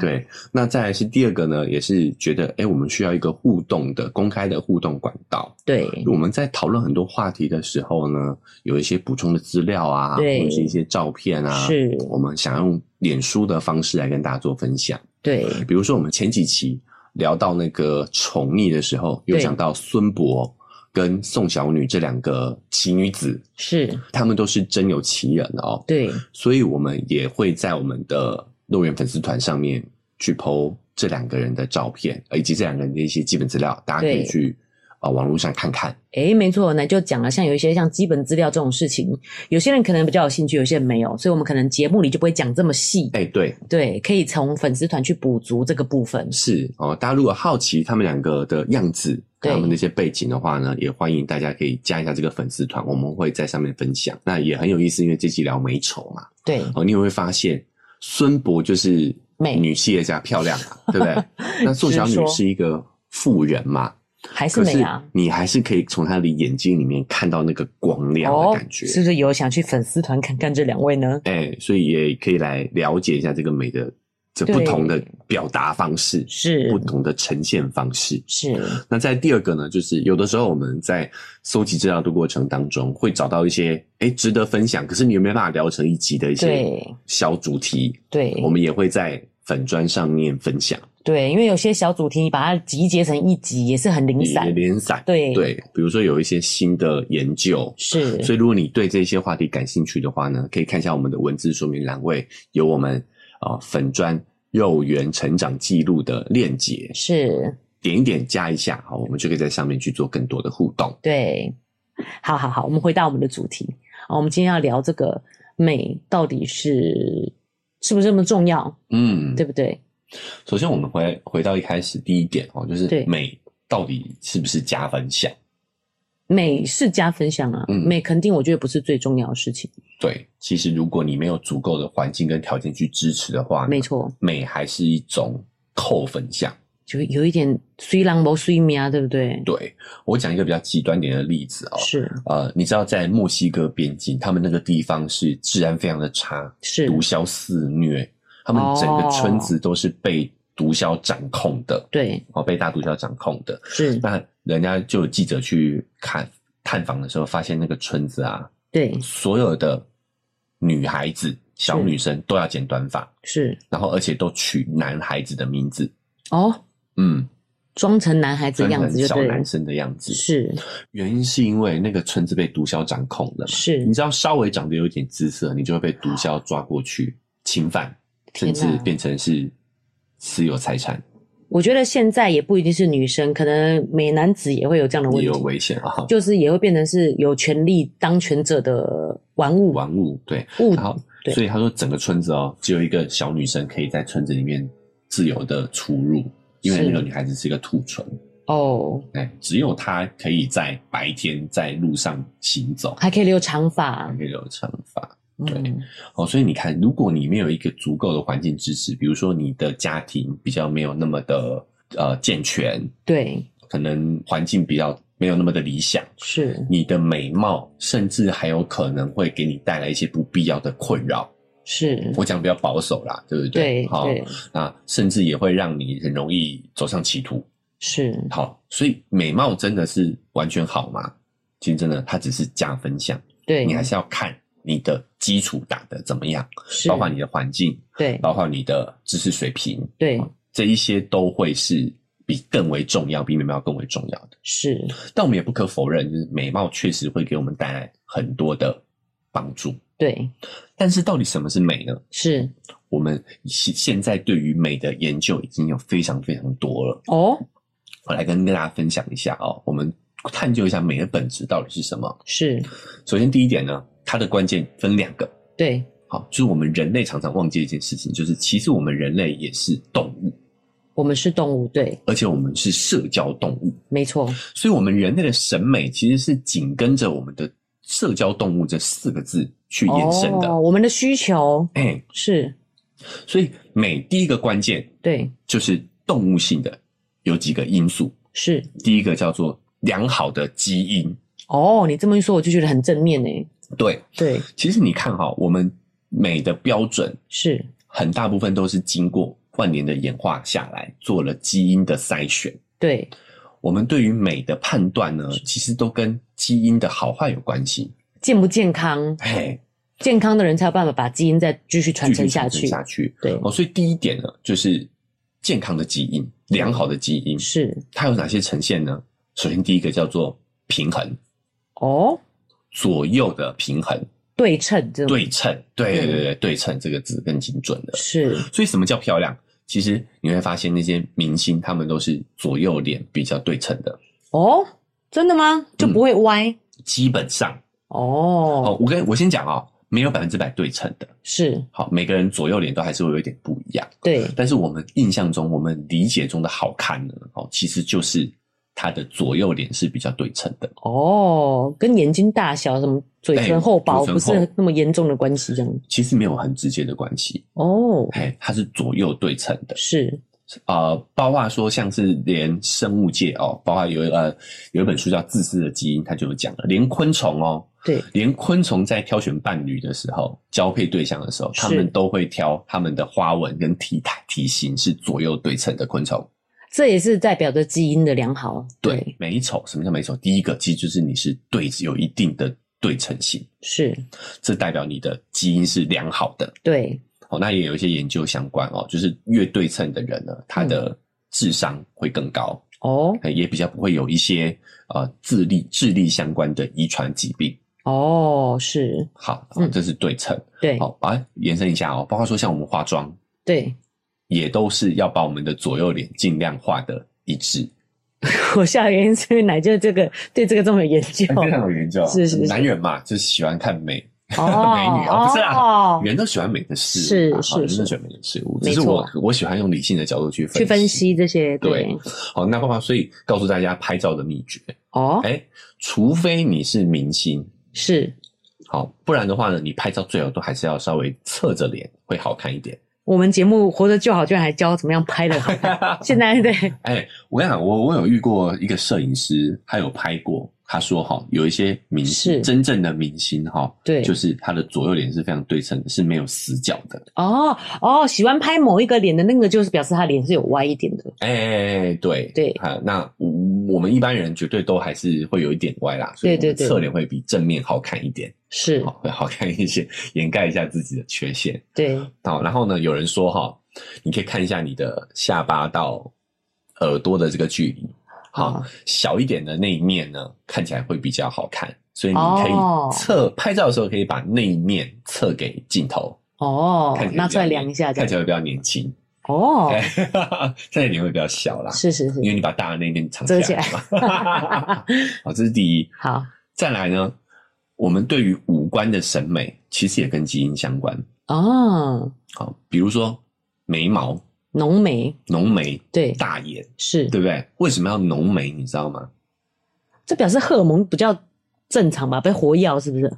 [SPEAKER 1] 对，那再来是第二个呢，也是觉得，哎，我们需要一个互动的公开的互动管道。
[SPEAKER 2] 对
[SPEAKER 1] 我们在讨论很多话题的时候呢，有一些补充的资料啊，或
[SPEAKER 2] 对
[SPEAKER 1] 者是一些照片啊，
[SPEAKER 2] 是
[SPEAKER 1] 我们想用脸书的方式来跟大家做分享。
[SPEAKER 2] 对
[SPEAKER 1] 比如说，我们前几期聊到那个宠溺的时候，有
[SPEAKER 2] 对
[SPEAKER 1] 讲到孙博跟宋小女这两个奇女子，
[SPEAKER 2] 是，
[SPEAKER 1] 她们都是真有其人哦。
[SPEAKER 2] 对
[SPEAKER 1] 所以我们也会在我们的肉圆粉丝团上面去 PO 这两个人的照片，呃以及这两个人的一些基本资料，大家可以
[SPEAKER 2] 对
[SPEAKER 1] 去啊、呃网络上看看。
[SPEAKER 2] 诶，没错，那就讲了，像有一些像基本资料这种事情，有些人可能比较有兴趣，有些人没有，所以我们可能节目里就不会讲这么细，
[SPEAKER 1] 哎、对，
[SPEAKER 2] 对，可以从粉丝团去补足这个部分，
[SPEAKER 1] 是哦。大家如果好奇他们两个的样子，跟
[SPEAKER 2] 对
[SPEAKER 1] 他们的一些背景的话呢，也欢迎大家可以加一下这个粉丝团，我们会在上面分享。那也很有意思，因为这期聊美丑嘛，
[SPEAKER 2] 对，
[SPEAKER 1] 哦，你也会发现孙博就是
[SPEAKER 2] 美
[SPEAKER 1] 女企业家漂亮 嘛，对不对？那宋小
[SPEAKER 2] 直
[SPEAKER 1] 女
[SPEAKER 2] 说
[SPEAKER 1] 是一个富人嘛，
[SPEAKER 2] 还是
[SPEAKER 1] 可
[SPEAKER 2] 美
[SPEAKER 1] 是
[SPEAKER 2] 啊。
[SPEAKER 1] 你还是可以从他的眼睛里面看到那个光亮的
[SPEAKER 2] 哦
[SPEAKER 1] 感，觉。
[SPEAKER 2] 是不是有想去粉丝团看看这两位呢？
[SPEAKER 1] 哎、所以也可以来了解一下这个美的这不同的表达方式
[SPEAKER 2] 是
[SPEAKER 1] 不同的呈现方式。
[SPEAKER 2] 是
[SPEAKER 1] 那在第二个呢，就是有的时候我们在搜集资料的过程当中，会找到一些哎值得分享，可是你又没办法聊成一集的一些
[SPEAKER 2] 对
[SPEAKER 1] 小主题，
[SPEAKER 2] 对
[SPEAKER 1] 我们也会在粉砖上面分享，
[SPEAKER 2] 对，因为有些小主题把它集结成一集也是很零
[SPEAKER 1] 也
[SPEAKER 2] 散，
[SPEAKER 1] 零散。
[SPEAKER 2] 对
[SPEAKER 1] 对，比如说有一些新的研究，
[SPEAKER 2] 是
[SPEAKER 1] 所以，如果你对这些话题感兴趣的话呢，可以看一下我们的文字说明栏位，有我们呃粉砖肉圆成长记录的链接，
[SPEAKER 2] 是，
[SPEAKER 1] 点一点加一下，好，我们就可以在上面去做更多的互动。
[SPEAKER 2] 对，好好好，我们回到我们的主题啊，我们今天要聊这个美到底是是不是这么重要，
[SPEAKER 1] 嗯，
[SPEAKER 2] 对不对？
[SPEAKER 1] 首先我们回回到一开始第一点哦，就是
[SPEAKER 2] 对
[SPEAKER 1] 美到底是不是加分项？
[SPEAKER 2] 美是加分享啊，
[SPEAKER 1] 嗯
[SPEAKER 2] 美肯定我觉得不是最重要的事情，
[SPEAKER 1] 对，其实如果你没有足够的环境跟条件去支持的话，
[SPEAKER 2] 没错，
[SPEAKER 1] 美还是一种扣分项。
[SPEAKER 2] 就有一点虽然不虽命啊，对不对？
[SPEAKER 1] 对我讲一个比较极端点的例子哦，
[SPEAKER 2] 是
[SPEAKER 1] 呃，你知道在墨西哥边境，他们那个地方是治安非常的差，
[SPEAKER 2] 是，哦
[SPEAKER 1] 毒枭肆虐，他们整个村子都是被毒枭掌控的，
[SPEAKER 2] 对，
[SPEAKER 1] 哦，被大毒枭掌控的。
[SPEAKER 2] 是，
[SPEAKER 1] 那人家就有记者去看探访的时候，发现那个村子啊，
[SPEAKER 2] 对，
[SPEAKER 1] 所有的女孩子、小
[SPEAKER 2] 是
[SPEAKER 1] 女生都要剪短发，
[SPEAKER 2] 是
[SPEAKER 1] 然后而且都取男孩子的名字，
[SPEAKER 2] 哦，
[SPEAKER 1] 嗯，
[SPEAKER 2] 装成男孩子的
[SPEAKER 1] 专
[SPEAKER 2] 样子
[SPEAKER 1] 门
[SPEAKER 2] 就
[SPEAKER 1] 小
[SPEAKER 2] 对了
[SPEAKER 1] 男，生的样子。
[SPEAKER 2] 是
[SPEAKER 1] 原因是因为那个村子被毒枭掌控了嘛。
[SPEAKER 2] 是
[SPEAKER 1] 你，知道稍微长得有点姿色，你就会被毒枭抓过去侵犯，
[SPEAKER 2] 天
[SPEAKER 1] 甚
[SPEAKER 2] 哪
[SPEAKER 1] 至变成是私有财产，
[SPEAKER 2] 我觉得现在也不一定是女生，可能美男子也会有这样的问
[SPEAKER 1] 也
[SPEAKER 2] 题
[SPEAKER 1] 有，危险啊。
[SPEAKER 2] 就是也会变成是有权利当权者的玩物
[SPEAKER 1] 玩物对，
[SPEAKER 2] 物
[SPEAKER 1] 然后
[SPEAKER 2] 嗯对
[SPEAKER 1] 所以他说整个村子哦，只有一个小女生可以在村子里面自由的出入，因为
[SPEAKER 2] 是
[SPEAKER 1] 那个女孩子是一个兔唇，
[SPEAKER 2] 哦，
[SPEAKER 1] 哎，只有她可以在白天在路上行走，
[SPEAKER 2] 还可以留长发
[SPEAKER 1] 还，可以留长发。对
[SPEAKER 2] 嗯，
[SPEAKER 1] 哦，所以你看，如果你没有一个足够的环境支持，比如说你的家庭比较没有那么的呃健全，
[SPEAKER 2] 对，
[SPEAKER 1] 可能环境比较没有那么的理想，
[SPEAKER 2] 是
[SPEAKER 1] 你的美貌甚至还有可能会给你带来一些不必要的困扰。
[SPEAKER 2] 是，
[SPEAKER 1] 我讲比较保守啦，对不
[SPEAKER 2] 对
[SPEAKER 1] 好、
[SPEAKER 2] 对
[SPEAKER 1] 那甚至也会让你很容易走上歧途。
[SPEAKER 2] 是，
[SPEAKER 1] 好，所以美貌真的是完全好吗？其实真的，它只是加分项，
[SPEAKER 2] 对，
[SPEAKER 1] 你还是要看你的基础打得怎么样，
[SPEAKER 2] 是
[SPEAKER 1] 包括你的环境，
[SPEAKER 2] 对
[SPEAKER 1] 包括你的知识水平，
[SPEAKER 2] 对
[SPEAKER 1] 这一些都会是比更为重要，比美貌更为重要的。
[SPEAKER 2] 是，
[SPEAKER 1] 但我们也不可否认，就是美貌确实会给我们带来很多的帮助。
[SPEAKER 2] 对
[SPEAKER 1] 但是到底什么是美呢？
[SPEAKER 2] 是
[SPEAKER 1] 我们现现在对于美的研究已经有非常非常多了。
[SPEAKER 2] 哦，
[SPEAKER 1] 我来跟跟大家分享一下哦，我们探究一下美的本质到底是什么。
[SPEAKER 2] 是
[SPEAKER 1] 首先第一点呢，它的关键分两个。
[SPEAKER 2] 对
[SPEAKER 1] 好，就是我们人类常常忘记一件事情，就是其实我们人类也是动物，
[SPEAKER 2] 我们是动物，对，
[SPEAKER 1] 而且我们是社交动物。
[SPEAKER 2] 没错，
[SPEAKER 1] 所以，我们人类的审美其实是紧跟着我们的社交动物这四个字去延伸的。
[SPEAKER 2] 哦，我们的需求
[SPEAKER 1] 哎、
[SPEAKER 2] 是
[SPEAKER 1] 所以美第一个关键
[SPEAKER 2] 对
[SPEAKER 1] 就是动物性的有几个因素，
[SPEAKER 2] 是
[SPEAKER 1] 第一个叫做良好的基因。
[SPEAKER 2] 哦，你这么一说，我就觉得很正面欸诶，
[SPEAKER 1] 对，
[SPEAKER 2] 对，
[SPEAKER 1] 其实你看哈、我们美的标准
[SPEAKER 2] 是
[SPEAKER 1] 很大部分都是经过万年的演化下来，做了基因的筛选。
[SPEAKER 2] 对
[SPEAKER 1] 我们对于美的判断呢，其实都跟基因的好坏有关系。
[SPEAKER 2] 健不健康，
[SPEAKER 1] 嘿，
[SPEAKER 2] 健康的人才有办法把基因再继续传
[SPEAKER 1] 继续
[SPEAKER 2] 承下
[SPEAKER 1] 传
[SPEAKER 2] 去
[SPEAKER 1] 承，下去。
[SPEAKER 2] 对，
[SPEAKER 1] 哦，所以第一点呢，就是健康的基因，良好的基因，
[SPEAKER 2] 是
[SPEAKER 1] 它有哪些呈现呢？首先，第一个叫做平衡，
[SPEAKER 2] 哦，
[SPEAKER 1] 左右的平衡，
[SPEAKER 2] 对嗯称这种
[SPEAKER 1] 对称，对对对对，对称这个字更精准的。
[SPEAKER 2] 是
[SPEAKER 1] 所以，什么叫漂亮？其实你会发现那些明星，他们都是左右脸比较对称的，
[SPEAKER 2] 哦，真的吗？就不会歪、
[SPEAKER 1] 基本上。
[SPEAKER 2] 哦，
[SPEAKER 1] 嗯哦，我跟我先讲哦，没有百分之百对称的。
[SPEAKER 2] 是
[SPEAKER 1] 好，每个人左右脸都还是会有一点不一样。
[SPEAKER 2] 对
[SPEAKER 1] 但是我们印象中、我们理解中的好看呢，哦，其实就是它的左右脸是比较对称的。
[SPEAKER 2] 哦，跟眼睛大小什么嘴
[SPEAKER 1] 哎
[SPEAKER 2] 唇厚薄
[SPEAKER 1] 嘴唇
[SPEAKER 2] 不是
[SPEAKER 1] 厚
[SPEAKER 2] 那么严重的关系，这样
[SPEAKER 1] 其实没有很直接的关系，
[SPEAKER 2] 哦，
[SPEAKER 1] 哎，它是左右对称的。
[SPEAKER 2] 是
[SPEAKER 1] 呃，包括说像是连生物界哦，包括有一呃有一本书叫《自私的基因》，它就有讲了，连昆虫哦，
[SPEAKER 2] 对，
[SPEAKER 1] 连昆虫在挑选伴侣的时候、交配对象的时候，
[SPEAKER 2] 是
[SPEAKER 1] 他们都会挑他们的花纹跟体态、体型是左右对称的昆虫。
[SPEAKER 2] 这也是代表着基因的良好。
[SPEAKER 1] 对，美丑，什么叫美丑？第一个其实就是你是对有一定的对称性，
[SPEAKER 2] 是，
[SPEAKER 1] 这代表你的基因是良好的。
[SPEAKER 2] 对，
[SPEAKER 1] 哦，那也有一些研究相关哦，就是越对称的人呢，他
[SPEAKER 2] 嗯
[SPEAKER 1] 的智商会更高，
[SPEAKER 2] 哦，
[SPEAKER 1] 呃也比较不会有一些呃智力智力相关的遗传疾病。
[SPEAKER 2] 哦，是，
[SPEAKER 1] 好，
[SPEAKER 2] 嗯
[SPEAKER 1] 这是对称。
[SPEAKER 2] 对，
[SPEAKER 1] 好、把它延伸一下哦，包括说像我们化妆，
[SPEAKER 2] 对，
[SPEAKER 1] 也都是要把我们的左右脸尽量画的一致。
[SPEAKER 2] 我笑的原因是因为奶就这个对这个这么有研 究。
[SPEAKER 1] 有研究
[SPEAKER 2] 是是是
[SPEAKER 1] 男人嘛，就是喜欢看美，
[SPEAKER 2] 哦，
[SPEAKER 1] 美女啊不是啦
[SPEAKER 2] 哦，
[SPEAKER 1] 人都喜欢美的事物
[SPEAKER 2] 是
[SPEAKER 1] 嘛，
[SPEAKER 2] 是
[SPEAKER 1] 好人
[SPEAKER 2] 是
[SPEAKER 1] 都喜欢美的事物。
[SPEAKER 2] 没
[SPEAKER 1] 只是我
[SPEAKER 2] 错
[SPEAKER 1] 我喜欢用理性的角度去分
[SPEAKER 2] 去分。析这些，
[SPEAKER 1] 对，好，那爸爸，所以告诉大家拍照的秘诀，
[SPEAKER 2] 哦，
[SPEAKER 1] 哎、除非你是明星，
[SPEAKER 2] 是
[SPEAKER 1] 好，不然的话呢，你拍照最好都还是要稍微侧着脸会好看一 点。
[SPEAKER 2] 我们节目《活着就好》居然还教怎么样拍的好 看，现在对，
[SPEAKER 1] 哎、我跟你讲，我我有遇过一个摄影师，他有拍过，他说哈，有一些明
[SPEAKER 2] 是
[SPEAKER 1] 星，真正的明星哈，
[SPEAKER 2] 对
[SPEAKER 1] 就是他的左右脸是非常对称的，是没有死角的。
[SPEAKER 2] 哦哦，喜欢拍某一个脸的那个，就是表示他脸是有歪一点的，
[SPEAKER 1] 哎、对
[SPEAKER 2] 对
[SPEAKER 1] 啊，那我我们一般人绝对都还是会有一点歪啦，所以我
[SPEAKER 2] 对对
[SPEAKER 1] 们
[SPEAKER 2] 对
[SPEAKER 1] 侧脸会比正面好看一点，
[SPEAKER 2] 是
[SPEAKER 1] 好会好看一些， 掩盖一下自己的缺陷。
[SPEAKER 2] 对，
[SPEAKER 1] 好，然后呢，有人说哈，你可以看一下你的下巴到耳朵的这个距离，好、
[SPEAKER 2] 哦
[SPEAKER 1] 小一点的那一面呢，看起来会比较好看，所以你可
[SPEAKER 2] 哦
[SPEAKER 1] 以侧、拍照的时候可以把那一面侧给镜头，
[SPEAKER 2] 哦
[SPEAKER 1] 看，起来
[SPEAKER 2] 拿
[SPEAKER 1] 比
[SPEAKER 2] 出
[SPEAKER 1] 较
[SPEAKER 2] 来
[SPEAKER 1] 年
[SPEAKER 2] 量一下，这
[SPEAKER 1] 看起
[SPEAKER 2] 样
[SPEAKER 1] 来会比较年轻，哎
[SPEAKER 2] 哦，
[SPEAKER 1] 这一脸会比较小啦，
[SPEAKER 2] 是是是
[SPEAKER 1] 因，为你把大的那一面藏
[SPEAKER 2] 遮
[SPEAKER 1] 起
[SPEAKER 2] 起
[SPEAKER 1] 来嘛。 好，这是第一。
[SPEAKER 2] 好，
[SPEAKER 1] 再来呢，我们对于五官的审美其实也跟基因相关。
[SPEAKER 2] 哦，
[SPEAKER 1] 好，比如说眉毛、
[SPEAKER 2] 浓眉，
[SPEAKER 1] 浓眉、
[SPEAKER 2] 对，
[SPEAKER 1] 大眼，
[SPEAKER 2] 是，
[SPEAKER 1] 对不对？为什么要浓眉？你知道吗？
[SPEAKER 2] 这表示荷尔蒙比较正常吧，被活药是不是？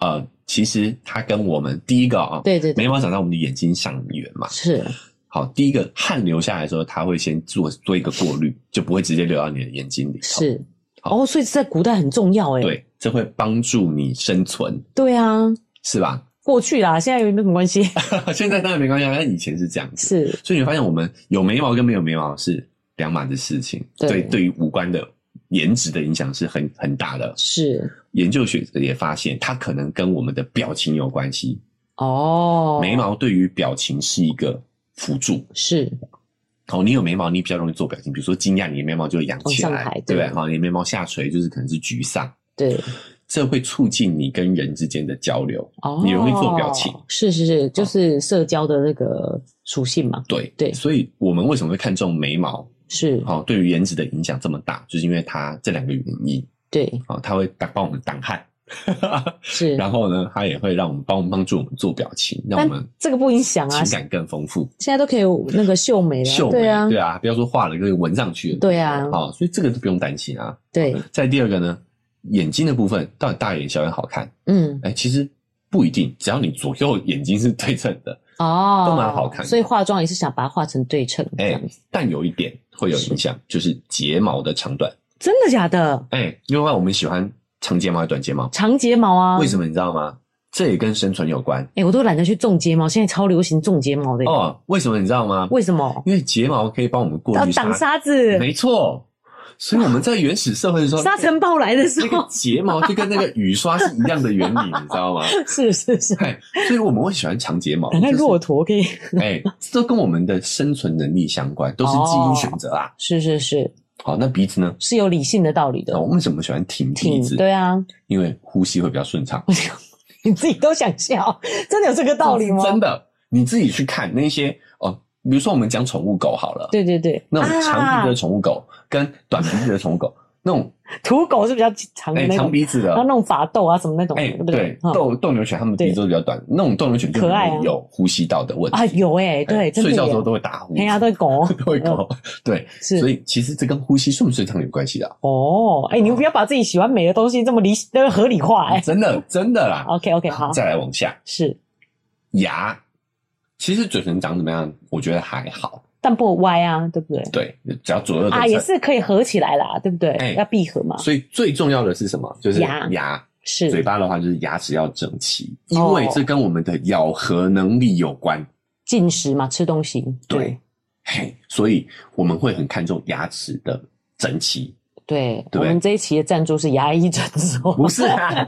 [SPEAKER 1] 呃，其实它跟我们第一个啊、
[SPEAKER 2] 对对对
[SPEAKER 1] 眉，毛长在我们的眼睛上缘嘛。
[SPEAKER 2] 是
[SPEAKER 1] 好，第一个汗流下来的时候，它会先做做一个过滤，就不会直接流到你的眼睛里头。，
[SPEAKER 2] 是，
[SPEAKER 1] 好
[SPEAKER 2] 哦，所以在古代很重要哎，
[SPEAKER 1] 对，这会帮助你生存，
[SPEAKER 2] 对啊，
[SPEAKER 1] 是吧？
[SPEAKER 2] 过去啦，现在有没有什么关系？
[SPEAKER 1] 现在当然没关系，啊但以前是这样子。
[SPEAKER 2] 是
[SPEAKER 1] 所以你会发现我们有眉毛跟没有眉毛是两码的事情，
[SPEAKER 2] 对
[SPEAKER 1] 对，对于五官的颜值的影响是很很大的。
[SPEAKER 2] 是，
[SPEAKER 1] 研究学者也发现，它可能跟我们的表情有关系。
[SPEAKER 2] 哦，
[SPEAKER 1] 眉毛对于表情是一个辅助。
[SPEAKER 2] 是
[SPEAKER 1] 哦，你有眉毛，你比较容易做表情，比如说惊讶，你的眉毛就会扬起
[SPEAKER 2] 往
[SPEAKER 1] 来
[SPEAKER 2] 上抬，
[SPEAKER 1] 对不
[SPEAKER 2] 对
[SPEAKER 1] 对？哦好，你的眉毛下垂就是可能是沮丧，
[SPEAKER 2] 对，
[SPEAKER 1] 这会促进你跟人之间的交流。
[SPEAKER 2] 哦，
[SPEAKER 1] 你容易做表情，
[SPEAKER 2] 是是是，就是社交的那个属性嘛，
[SPEAKER 1] 对
[SPEAKER 2] 对
[SPEAKER 1] 所以我们为什么会看重眉毛？
[SPEAKER 2] 是，
[SPEAKER 1] 哦，对于颜值的影响这么大，就是因为它这两个原因。
[SPEAKER 2] 对，
[SPEAKER 1] 哦，它会挡帮我们挡汗，
[SPEAKER 2] 是，
[SPEAKER 1] 然后呢，它也会让我们帮帮助我们做表情，让我
[SPEAKER 2] 但
[SPEAKER 1] 们
[SPEAKER 2] 这个不影响啊
[SPEAKER 1] 情，感更丰富。
[SPEAKER 2] 现在都可以有那个秀美了，
[SPEAKER 1] 秀美，
[SPEAKER 2] 对啊，
[SPEAKER 1] 对啊，不要说画了个纹上去了，
[SPEAKER 2] 对啊
[SPEAKER 1] 哦，所以这个都不用担心啊。
[SPEAKER 2] 对，
[SPEAKER 1] 再第二个呢，眼睛的部分到底大眼小眼好看？
[SPEAKER 2] 嗯，
[SPEAKER 1] 哎、其实不一定，只要你左右眼睛是对称的，
[SPEAKER 2] 哦，
[SPEAKER 1] 都蛮好看的
[SPEAKER 2] 所以化妆也是想把它化成对称，这
[SPEAKER 1] 哎、
[SPEAKER 2] 样子，
[SPEAKER 1] 但有一点会有影响，就是睫毛的长短。
[SPEAKER 2] 真的假的？
[SPEAKER 1] 哎、另外我们喜欢长睫毛还是短睫毛？
[SPEAKER 2] 长睫毛啊，
[SPEAKER 1] 为什
[SPEAKER 2] 么？
[SPEAKER 1] 么你知道吗？这也跟生存有关
[SPEAKER 2] 哎，我都懒得去种睫毛，现在超流行种睫毛的，
[SPEAKER 1] 哦。为什么你知道吗？
[SPEAKER 2] 为什么？
[SPEAKER 1] 因为睫毛可以帮我们过
[SPEAKER 2] 要
[SPEAKER 1] 滤
[SPEAKER 2] 挡沙子，
[SPEAKER 1] 没错。所以我们在原始社会的时候，
[SPEAKER 2] 沙尘暴来的时
[SPEAKER 1] 那个
[SPEAKER 2] 候，
[SPEAKER 1] 睫毛就跟那个雨刷是一样的原理，你知道吗？
[SPEAKER 2] 是是是，
[SPEAKER 1] 哎，所以我们会喜欢长睫毛，
[SPEAKER 2] 赶快
[SPEAKER 1] 就是
[SPEAKER 2] 骆驼可以，
[SPEAKER 1] 哎，这都跟我们的生存能力相关，都是基因选择啊。
[SPEAKER 2] 是是是，
[SPEAKER 1] 好，那鼻子呢？
[SPEAKER 2] 是有理性的道理的
[SPEAKER 1] 那，我们为什么喜欢挺鼻
[SPEAKER 2] 挺
[SPEAKER 1] 子？
[SPEAKER 2] 对啊，
[SPEAKER 1] 因为呼吸会比较顺畅，
[SPEAKER 2] 你自己都想笑，真的有这个道理吗？
[SPEAKER 1] 哦真的，你自己去看那些哦，比如说我们讲宠物狗好了，
[SPEAKER 2] 对对对，
[SPEAKER 1] 那种长鼻子的
[SPEAKER 2] 啊、
[SPEAKER 1] 宠物狗跟短鼻子的宠物狗，那种
[SPEAKER 2] 土狗是比较长的
[SPEAKER 1] 哎
[SPEAKER 2] 那
[SPEAKER 1] 长
[SPEAKER 2] 种，
[SPEAKER 1] 鼻子的
[SPEAKER 2] 然后，那种法斗啊什么那种，
[SPEAKER 1] 哎
[SPEAKER 2] 对不
[SPEAKER 1] 对，
[SPEAKER 2] 嗯
[SPEAKER 1] 斗斗牛犬它们鼻子都比较短，那种斗牛犬就
[SPEAKER 2] 可爱啊
[SPEAKER 1] 容易有呼吸道的问题
[SPEAKER 2] 啊有哎、对，
[SPEAKER 1] 哎
[SPEAKER 2] 真的
[SPEAKER 1] 睡觉的时候
[SPEAKER 2] 有，
[SPEAKER 1] 都会打呼，
[SPEAKER 2] 哎呀，对狗
[SPEAKER 1] 都会狗，对，
[SPEAKER 2] 是
[SPEAKER 1] 所以其实这跟呼吸顺不顺畅有关系的啊，
[SPEAKER 2] 哦，哎、你们不要把自己喜欢美的东西这么理那个合理化哎、
[SPEAKER 1] 啊真的真的啦。
[SPEAKER 2] OK OK 好，
[SPEAKER 1] 再来往下，
[SPEAKER 2] 是，
[SPEAKER 1] 牙，其实嘴唇长怎么样，我觉得还好，
[SPEAKER 2] 但不歪啊，对不对？
[SPEAKER 1] 对，只要左右
[SPEAKER 2] 啊，
[SPEAKER 1] 对
[SPEAKER 2] 也
[SPEAKER 1] 称。
[SPEAKER 2] 是可以合起来啦，对不对？
[SPEAKER 1] 哎
[SPEAKER 2] 要闭合嘛。
[SPEAKER 1] 所以最重要的是什么？就是
[SPEAKER 2] 牙
[SPEAKER 1] 牙，
[SPEAKER 2] 是
[SPEAKER 1] 嘴巴的话就是牙齿要整齐，因
[SPEAKER 2] 哦
[SPEAKER 1] 为这跟我们的咬合能力有关。
[SPEAKER 2] 进食嘛，吃东西。
[SPEAKER 1] 对，嘿，所以我们会很看重牙齿的整齐，
[SPEAKER 2] 对，
[SPEAKER 1] 对
[SPEAKER 2] 我们这一期的赞助是牙医诊所，
[SPEAKER 1] 不是啊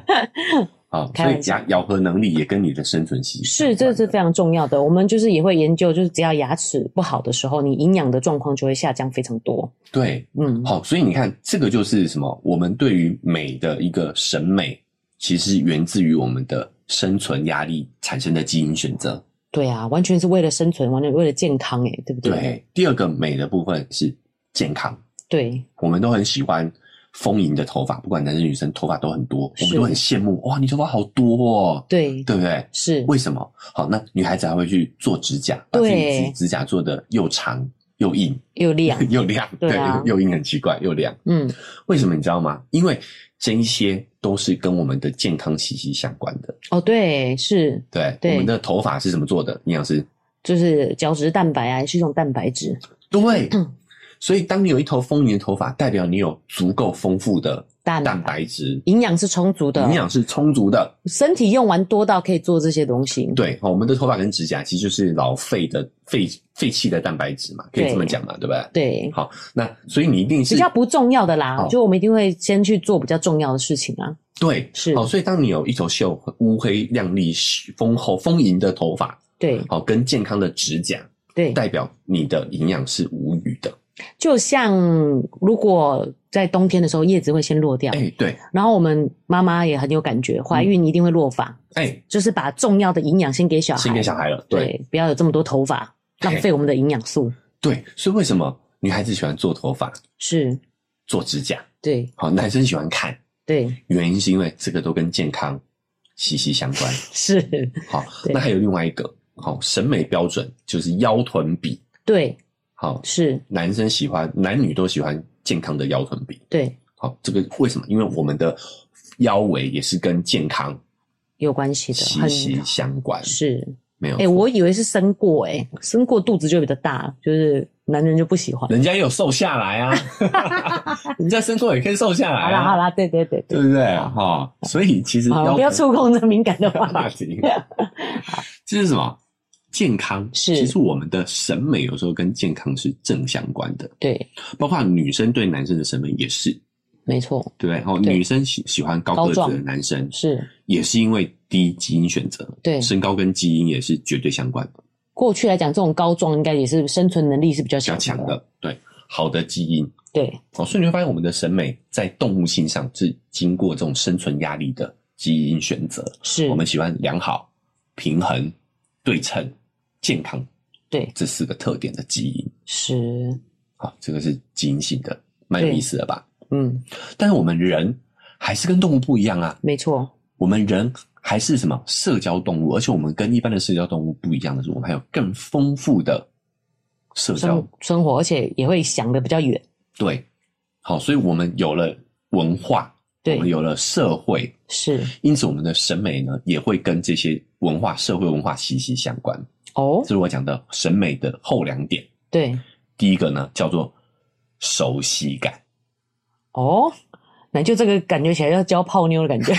[SPEAKER 1] 啊，
[SPEAKER 2] 开
[SPEAKER 1] 所以
[SPEAKER 2] 玩笑
[SPEAKER 1] 牙咬合能力也跟你的生存息息
[SPEAKER 2] 是，
[SPEAKER 1] 相
[SPEAKER 2] 这
[SPEAKER 1] 关
[SPEAKER 2] 是
[SPEAKER 1] 的
[SPEAKER 2] 非常重要的。我们就是也会研究，就是只要牙齿不好的时候，你营养的状况就会下降非常多。
[SPEAKER 1] 对。
[SPEAKER 2] 嗯，
[SPEAKER 1] 好，所以你看，这个就是什么？我们对于美的一个审美，其实源自于我们的生存压力产生的基因选择。
[SPEAKER 2] 对啊，完全是为了生存，完全为了健康、欸，对不对？
[SPEAKER 1] 对，第二个美的部分是健康，
[SPEAKER 2] 对
[SPEAKER 1] 我们都很喜欢丰盈的头发，不管男生女生，头发都很多，我
[SPEAKER 2] 是
[SPEAKER 1] 们都很羡慕。哇，你头发好多哦，
[SPEAKER 2] 对
[SPEAKER 1] 对不对？
[SPEAKER 2] 是，
[SPEAKER 1] 为什么？好，那女孩子还会去做指甲，把自
[SPEAKER 2] 对
[SPEAKER 1] 己指指甲做的又长又硬
[SPEAKER 2] 又亮，
[SPEAKER 1] 又亮，
[SPEAKER 2] 对啊
[SPEAKER 1] 又硬很奇怪又亮。
[SPEAKER 2] 嗯，
[SPEAKER 1] 为什么你知道吗？因为这一些都是跟我们的健康息息相关的。
[SPEAKER 2] 哦，对，是，
[SPEAKER 1] 对，
[SPEAKER 2] 对
[SPEAKER 1] 我们的头发是怎么做的？营养师
[SPEAKER 2] 就是角质蛋白啊，也是一种蛋白质，
[SPEAKER 1] 对
[SPEAKER 2] 嗯，
[SPEAKER 1] 所以当你有一头丰盈的头发，代表你有足够丰富的
[SPEAKER 2] 蛋白啊
[SPEAKER 1] 蛋白质，
[SPEAKER 2] 营养是充足的，
[SPEAKER 1] 营养是充足的。
[SPEAKER 2] 身体用完多到可以做这些东西。
[SPEAKER 1] 对，哦我们的头发跟指甲其实就是老废的废废弃的蛋白质嘛，可以这么
[SPEAKER 2] 对
[SPEAKER 1] 讲嘛，对不对？
[SPEAKER 2] 对，
[SPEAKER 1] 好，那所以你一定是
[SPEAKER 2] 比较不重要的啦，
[SPEAKER 1] 好
[SPEAKER 2] 就我们一定会先去做比较重要的事情啊。
[SPEAKER 1] 对，
[SPEAKER 2] 是
[SPEAKER 1] 好，所以当你有一头秀乌黑亮丽、丰厚丰盈的头发，
[SPEAKER 2] 对
[SPEAKER 1] 好哦跟健康的指甲，
[SPEAKER 2] 对，
[SPEAKER 1] 代表你的营养是无虞的。
[SPEAKER 2] 就像如果在冬天的时候，叶子会先落掉，
[SPEAKER 1] 哎、嗯对，
[SPEAKER 2] 然后我们妈妈也很有感觉，怀孕一定会落发，
[SPEAKER 1] 哎、
[SPEAKER 2] 就是把重要的营养先给小孩，
[SPEAKER 1] 先给小孩了，对
[SPEAKER 2] 对，不要有这么多头发，
[SPEAKER 1] 嘿
[SPEAKER 2] 浪费我们的营养素。
[SPEAKER 1] 对，所以为什么女孩子喜欢做头发、
[SPEAKER 2] 是，
[SPEAKER 1] 做指甲，
[SPEAKER 2] 对
[SPEAKER 1] 好，男生喜欢看，
[SPEAKER 2] 对
[SPEAKER 1] 原因是因为这个都跟健康息息相关。
[SPEAKER 2] 是，
[SPEAKER 1] 好，
[SPEAKER 2] 对
[SPEAKER 1] 那还有另外一个，好，审美标准就是腰臀比，
[SPEAKER 2] 对
[SPEAKER 1] 好，
[SPEAKER 2] 是，
[SPEAKER 1] 男生喜欢，男女都喜欢健康的腰臀比。
[SPEAKER 2] 对
[SPEAKER 1] 好，这个为什么？因为我们的腰围也是跟健康
[SPEAKER 2] 有关系的，
[SPEAKER 1] 息
[SPEAKER 2] 很
[SPEAKER 1] 息相关，
[SPEAKER 2] 是。
[SPEAKER 1] 没有
[SPEAKER 2] 哎、
[SPEAKER 1] 错。
[SPEAKER 2] 我以为是生过、欸，哎，生过肚子就比较大，就是男人就不喜欢。
[SPEAKER 1] 人家也有瘦下来 啊，人家身高也可以瘦下来、啊。
[SPEAKER 2] 好啦好啦，对对对
[SPEAKER 1] 对
[SPEAKER 2] 对，
[SPEAKER 1] 不对？哈、所以其实
[SPEAKER 2] 好了，
[SPEAKER 1] 腰
[SPEAKER 2] 不要
[SPEAKER 1] 臀
[SPEAKER 2] 触碰这敏感的话
[SPEAKER 1] 话
[SPEAKER 2] 题。
[SPEAKER 1] 题。这是什么？健康
[SPEAKER 2] 是
[SPEAKER 1] 其实我们的审美有时候跟健康是正相关的，
[SPEAKER 2] 对，
[SPEAKER 1] 包括女生对男生的审美也是，
[SPEAKER 2] 没错，
[SPEAKER 1] 对不对？哦，
[SPEAKER 2] 对
[SPEAKER 1] 女生喜喜欢高个子
[SPEAKER 2] 高
[SPEAKER 1] 的
[SPEAKER 2] 壮
[SPEAKER 1] 男生，
[SPEAKER 2] 是
[SPEAKER 1] 也是因为第一基因选择，
[SPEAKER 2] 对
[SPEAKER 1] 身高跟基因也是绝对相关的，
[SPEAKER 2] 过去来讲，这种高壮应该也是生存能力是比较
[SPEAKER 1] 比较
[SPEAKER 2] 强
[SPEAKER 1] 强
[SPEAKER 2] 的。
[SPEAKER 1] 的，对，好的基因。
[SPEAKER 2] 对，
[SPEAKER 1] 哦，所以你会发现我们的审美在动物性上是经过这种生存压力的基因选择，
[SPEAKER 2] 是
[SPEAKER 1] 我们喜欢良好、平衡、对称、健康
[SPEAKER 2] 对
[SPEAKER 1] 这四个特点的基因。
[SPEAKER 2] 是，
[SPEAKER 1] 好，这个是基因性的，蛮有
[SPEAKER 2] 对
[SPEAKER 1] 意思的吧？
[SPEAKER 2] 嗯，
[SPEAKER 1] 但是我们人还是跟动物不一样啊，
[SPEAKER 2] 没错，
[SPEAKER 1] 我们人还是什么社交动物，而且我们跟一般的社交动物不一样的是，我们还有更丰富的社交
[SPEAKER 2] 生生活，而且也会想的比较远。
[SPEAKER 1] 对。好，所以我们有了文化，我
[SPEAKER 2] 对
[SPEAKER 1] 们有了社会，
[SPEAKER 2] 是
[SPEAKER 1] 因此我们的审美呢也会跟这些文化、社会文化息息相关。
[SPEAKER 2] 哦
[SPEAKER 1] 这，是我讲的审美的后两点。
[SPEAKER 2] 对
[SPEAKER 1] 第一个呢叫做熟悉感，
[SPEAKER 2] 哦，那就这个感觉起来要教泡妞的感觉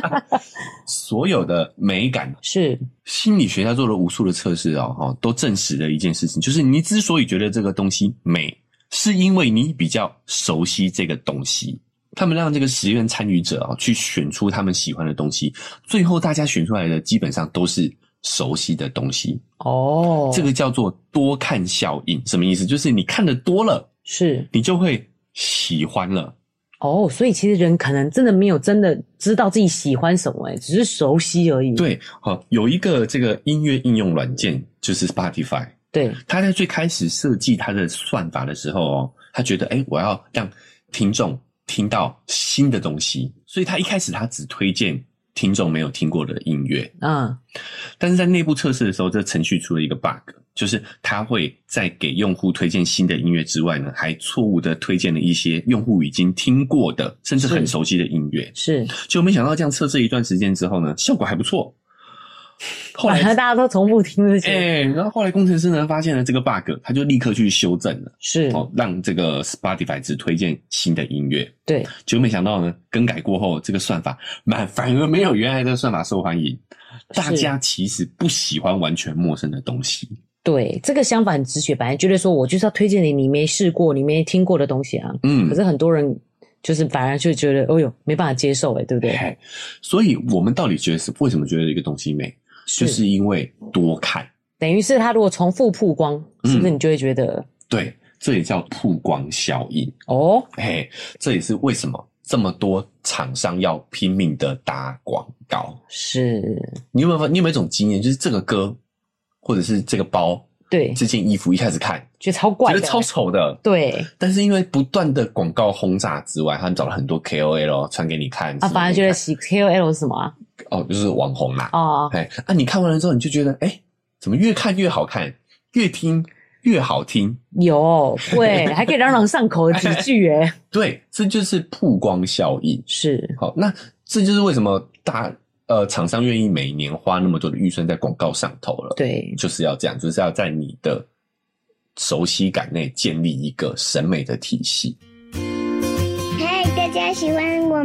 [SPEAKER 1] 所有的美感，
[SPEAKER 2] 是
[SPEAKER 1] 心理学家做了无数的测试哦，哈，都证实了一件事情，就是你之所以觉得这个东西美，是因为你比较熟悉这个东西。他们让这个实验参与者啊、去选出他们喜欢的东西，最后大家选出来的基本上都是熟悉的东西。
[SPEAKER 2] 哦，
[SPEAKER 1] 这个叫做多看效应，什么意思？就是你看的多了，
[SPEAKER 2] 是
[SPEAKER 1] 你就会喜欢了。
[SPEAKER 2] 哦，所以其实人可能真的没有真的知道自己喜欢什么、欸，只是熟悉而已。
[SPEAKER 1] 对，好，有一个这个音乐应用软件就是 Spotify，
[SPEAKER 2] 对
[SPEAKER 1] 它在最开始设计它的算法的时候哦，它觉得哎，诶我要让听众听到新的东西，所以它一开始它只推荐听众没有听过的音乐，
[SPEAKER 2] 嗯，
[SPEAKER 1] 但是在内部测试的时候，这程序出了一个 bug，就是它会在给用户推荐新的音乐之外呢，还错误的推荐了一些用户已经听过的，甚至很
[SPEAKER 2] 是
[SPEAKER 1] 熟悉的音乐。
[SPEAKER 2] 是
[SPEAKER 1] 就没想到这样测试一段时间之后呢，效果还不错。后 来
[SPEAKER 2] 反而啊大家都重复听这
[SPEAKER 1] 哎、
[SPEAKER 2] 些，
[SPEAKER 1] 然后后来工程师呢发现了这个 bug，他就立刻去修正了，
[SPEAKER 2] 是
[SPEAKER 1] 哦，让这个 Spotify 只推荐新的音乐。
[SPEAKER 2] 对，
[SPEAKER 1] 结果没想到呢，更改过后，这个算法满反而没有原来的算法受欢迎。
[SPEAKER 2] 是
[SPEAKER 1] 大家其实不喜欢完全陌生的东西，
[SPEAKER 2] 对，这个想法很直觉，本来觉得说我就是要推荐你你没试过、你没听过的东西啊。
[SPEAKER 1] 嗯
[SPEAKER 2] 可，是很多人就是反而就觉得，哦呦，没办法接受哎、对不对？
[SPEAKER 1] 嘿所以我们到底觉得是为什么觉得一个东西美，就是因为多看，
[SPEAKER 2] 等于是他如果重复曝光，
[SPEAKER 1] 嗯
[SPEAKER 2] 是不是你就会觉得、
[SPEAKER 1] 对，这也叫曝光效应，
[SPEAKER 2] 哦，
[SPEAKER 1] 嘿，这也是为什么这么多厂商要拼命的打广告。
[SPEAKER 2] 是，
[SPEAKER 1] 你有没有发你有没有一种经验，就是这个歌或者是这个包、
[SPEAKER 2] 对，
[SPEAKER 1] 这件衣服，一开始看
[SPEAKER 2] 觉得超怪
[SPEAKER 1] 觉
[SPEAKER 2] 的，
[SPEAKER 1] 得超丑的，
[SPEAKER 2] 对
[SPEAKER 1] 但是因为不断的广告轰炸之外，他们找了很多 KOL 哦传给你看
[SPEAKER 2] 啊，反而觉得
[SPEAKER 1] 是
[SPEAKER 2] 喜 KOL 是什么啊？
[SPEAKER 1] 哦，就是网红啦。
[SPEAKER 2] 哦，
[SPEAKER 1] 哎、啊，你看完了之后，你就觉得哎、怎么越看越好看，越听越好听？
[SPEAKER 2] 有会，还可以朗朗上口的几句哎、
[SPEAKER 1] 对，这就是曝光效应。
[SPEAKER 2] 是
[SPEAKER 1] 好，那这就是为什么大呃厂商愿意每年花那么多的预算在广告上头了。
[SPEAKER 2] 对，
[SPEAKER 1] 就是要这样，就是要在你的熟悉感内建立一个审美的体系。
[SPEAKER 3] 嗨，大家喜欢我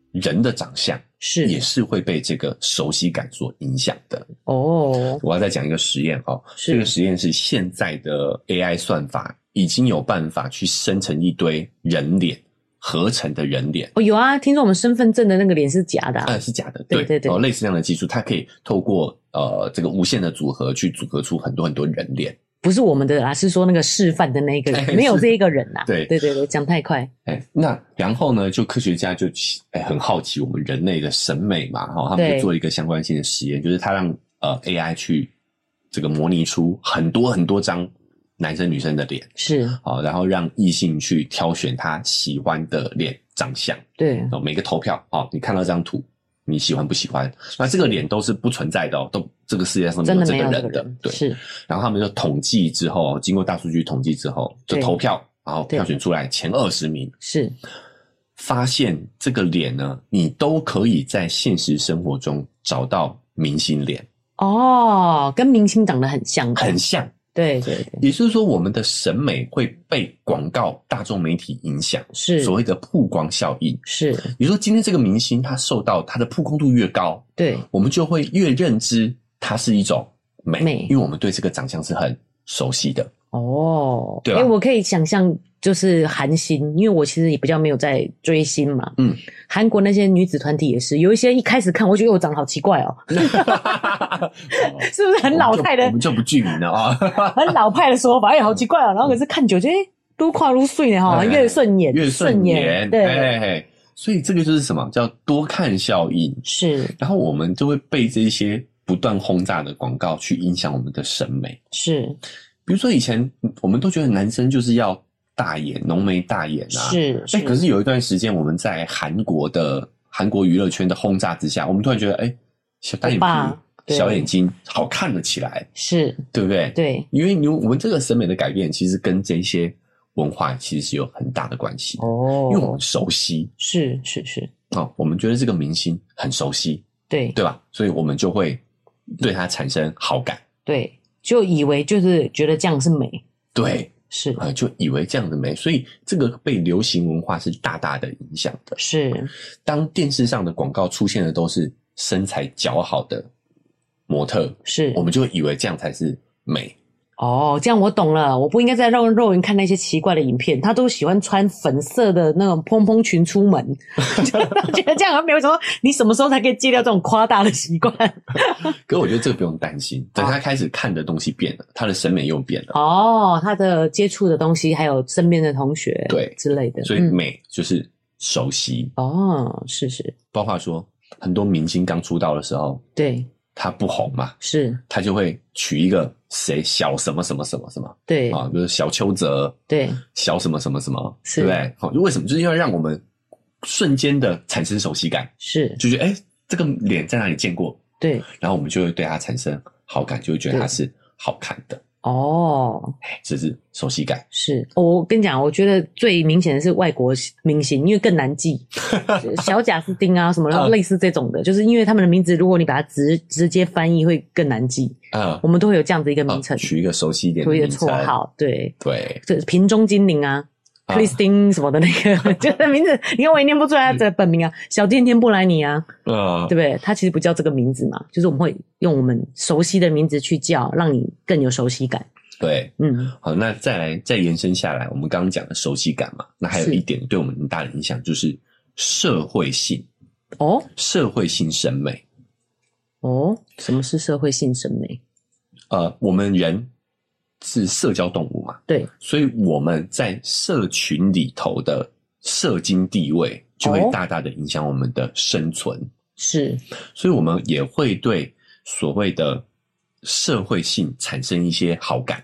[SPEAKER 1] 人的长相
[SPEAKER 2] 是
[SPEAKER 1] 也是会被这个熟悉感所影响的。
[SPEAKER 2] 哦，
[SPEAKER 1] 我要再讲一个实验哦，
[SPEAKER 2] 是
[SPEAKER 1] 这个实验是现在的 AI 算法已经有办法去生成一堆人脸合成的人脸，
[SPEAKER 2] 哦有啊，听说我们身份证的那个脸是假的、啊
[SPEAKER 1] 呃，是假的，
[SPEAKER 2] 对对对
[SPEAKER 1] 哦，类似这样的技术，它可以透过呃这个无限的组合去组合出很多很多人脸。
[SPEAKER 2] 不是我们的啊，是说那个示范的那一个
[SPEAKER 1] 哎
[SPEAKER 2] 人，没有这一个人呐、啊。
[SPEAKER 1] 对
[SPEAKER 2] 对对对，讲太快，
[SPEAKER 1] 哎，那然后呢？就科学家就哎很好奇我们人类的审美嘛，哈、他们
[SPEAKER 2] 对
[SPEAKER 1] 就做了一个相关性的实验，就是他让呃 AI 去这个模拟出很多很多张男生女生的脸，
[SPEAKER 2] 是
[SPEAKER 1] 好，然后让异性去挑选他喜欢的脸长相，
[SPEAKER 2] 对
[SPEAKER 1] 哦，每个投票，哦，你看到这张图，你喜欢不喜欢？那这个脸都是不存在的哦，都这个世界上
[SPEAKER 2] 真的
[SPEAKER 1] 这
[SPEAKER 2] 没
[SPEAKER 1] 个
[SPEAKER 2] 有这
[SPEAKER 1] 人
[SPEAKER 2] 个
[SPEAKER 1] 的
[SPEAKER 2] 人，，
[SPEAKER 1] 对。
[SPEAKER 2] 是
[SPEAKER 1] 然后他们就统计之后，经过大数据统计之后，就
[SPEAKER 2] 对
[SPEAKER 1] 投票，然后
[SPEAKER 2] 对
[SPEAKER 1] 票选出来前二十名，
[SPEAKER 2] 是
[SPEAKER 1] 发现这个脸呢，你都可以在现实生活中找到明星脸，
[SPEAKER 2] 哦，跟明星长得很像，
[SPEAKER 1] 很像。
[SPEAKER 2] 对对对，
[SPEAKER 1] 也就是说，我们的审美会被广告、大众媒体影响，
[SPEAKER 2] 是
[SPEAKER 1] 所谓的曝光效应。
[SPEAKER 2] 是，
[SPEAKER 1] 你说今天这个明星他受到他的曝光度越高，
[SPEAKER 2] 对
[SPEAKER 1] 我们就会越认知它是一种美，
[SPEAKER 2] 美
[SPEAKER 1] 因为我们对这个长相是很熟悉的。
[SPEAKER 2] 哦，
[SPEAKER 1] 对
[SPEAKER 2] 哎、
[SPEAKER 1] 吧
[SPEAKER 2] 我可以想象，就是韩星，因为我其实也比较没有在追星嘛。
[SPEAKER 1] 嗯，
[SPEAKER 2] 韩国那些女子团体也是，有一些一开始看我觉得我长得好奇怪哦， 是不是很老派
[SPEAKER 1] 我
[SPEAKER 2] 的
[SPEAKER 1] 们、哦就不嗯具名了 啊、
[SPEAKER 2] 很老派的说法？ 哎、好奇怪哦。然后可是看久就哎，撸跨撸碎呢哈，
[SPEAKER 1] 嗯哎
[SPEAKER 2] 越顺眼，
[SPEAKER 1] 越顺眼，
[SPEAKER 2] 对，
[SPEAKER 1] 哎，所以这个就是什么叫多看效应，
[SPEAKER 2] 是
[SPEAKER 1] 然后我们就会被这些不断轰炸的广告去影响我们的审美。
[SPEAKER 2] 是
[SPEAKER 1] 比如说以前我们都觉得男生就是要大眼、浓眉大眼啊，
[SPEAKER 2] 是
[SPEAKER 1] 哎、
[SPEAKER 2] 是，
[SPEAKER 1] 可是有一段时间我们在韩国的韩国娱乐圈的轰炸之下，我们突然觉得，哎、小单眼
[SPEAKER 2] 欧巴
[SPEAKER 1] 皮、
[SPEAKER 2] 对
[SPEAKER 1] 小眼睛好看了起来，
[SPEAKER 2] 是
[SPEAKER 1] 对不对？，
[SPEAKER 2] 对
[SPEAKER 1] 因为你我们这个审美的改变，其实跟这些文化其实是有很大的关系，
[SPEAKER 2] 哦
[SPEAKER 1] 因为我们熟悉
[SPEAKER 2] 是是是，
[SPEAKER 1] 哦，我们觉得这个明星很熟悉，
[SPEAKER 2] 对
[SPEAKER 1] 对吧？所以我们就会对他产生好感，
[SPEAKER 2] 对，就以为就是觉得这样是美，
[SPEAKER 1] 对，
[SPEAKER 2] 是
[SPEAKER 1] 呃，就以为这样的美，所以这个被流行文化是大大的影响的。
[SPEAKER 2] 是
[SPEAKER 1] 当电视上的广告出现的都是身材姣好的模特，
[SPEAKER 2] 是
[SPEAKER 1] 我们就会以为这样才是美。
[SPEAKER 2] 哦，这样我懂了，我不应该再让肉人看那些奇怪的影片，他都喜欢穿粉色的那种蓬蓬裙出 门，就我觉得这样好像没有什么，你什么时候才可以戒掉这种夸大的习惯？
[SPEAKER 1] 可我觉得这个不用担心，等他开始看的东西变了，他的审美又变了，
[SPEAKER 2] 哦，他的接触的东西，还有身边的同学
[SPEAKER 1] 对
[SPEAKER 2] 之类的，
[SPEAKER 1] 所以
[SPEAKER 2] 嗯
[SPEAKER 1] 美就是熟悉。
[SPEAKER 2] 哦，是是，
[SPEAKER 1] 包括说很多明星刚出道的时候，
[SPEAKER 2] 对，
[SPEAKER 1] 他不红嘛，
[SPEAKER 2] 是
[SPEAKER 1] 他就会取一个谁小什么什么什么什么
[SPEAKER 2] 对
[SPEAKER 1] 啊，比如小邱泽，
[SPEAKER 2] 对，
[SPEAKER 1] 小什么什么什么，
[SPEAKER 2] 是
[SPEAKER 1] 对不对？好，就为什么？就是因为让我们瞬间的产生熟悉感，
[SPEAKER 2] 是，
[SPEAKER 1] 就觉得哎，这个脸在哪里见过？
[SPEAKER 2] 对
[SPEAKER 1] 然后我们就会对他产生好感，就会觉得
[SPEAKER 2] 对
[SPEAKER 1] 他是好看的，
[SPEAKER 2] 哦，
[SPEAKER 1] 哎，这是熟悉感。
[SPEAKER 2] 是。哦我跟你讲，我觉得最明显的是外国明星，因为更 难记，小贾斯汀啊什么，然后
[SPEAKER 1] 嗯
[SPEAKER 2] 类似这种的，就是因为他们的名字，如果你把它直直接翻译，会更难记。
[SPEAKER 1] 嗯，
[SPEAKER 2] 我们都会有这样的一个名
[SPEAKER 1] 啊
[SPEAKER 2] 称，
[SPEAKER 1] 取一个熟悉一点的
[SPEAKER 2] 有一个
[SPEAKER 1] 名称，
[SPEAKER 2] 绰号，对，
[SPEAKER 1] 对，
[SPEAKER 2] 这瓶中精灵啊。
[SPEAKER 1] 啊
[SPEAKER 2] c h r i s t i n 什么的那 个，就是名字，你看我也念不出
[SPEAKER 1] 嗯
[SPEAKER 2] 来他的本名啊，小甜甜布莱尼啊，
[SPEAKER 1] 呃
[SPEAKER 2] 对不，对？他其实不叫这个名字嘛，就是我们会用我们熟悉的名字去叫，让你更有熟悉感。
[SPEAKER 1] 对。
[SPEAKER 2] 嗯，
[SPEAKER 1] 好，那再来再延伸下来，我们刚刚讲的熟悉感嘛，那还有
[SPEAKER 2] 是
[SPEAKER 1] 一点对我们很大的影响就是社会性，
[SPEAKER 2] 哦
[SPEAKER 1] 社会性审美。
[SPEAKER 2] 哦，什么是社会性审美？
[SPEAKER 1] 呃，我们人是社交动物嘛，
[SPEAKER 2] 对，
[SPEAKER 1] 所以我们在社群里头的社经地位就会
[SPEAKER 2] 哦
[SPEAKER 1] 大大的影响我们的生存，
[SPEAKER 2] 是
[SPEAKER 1] 所以我们也会对所谓的社会性产生一些好感。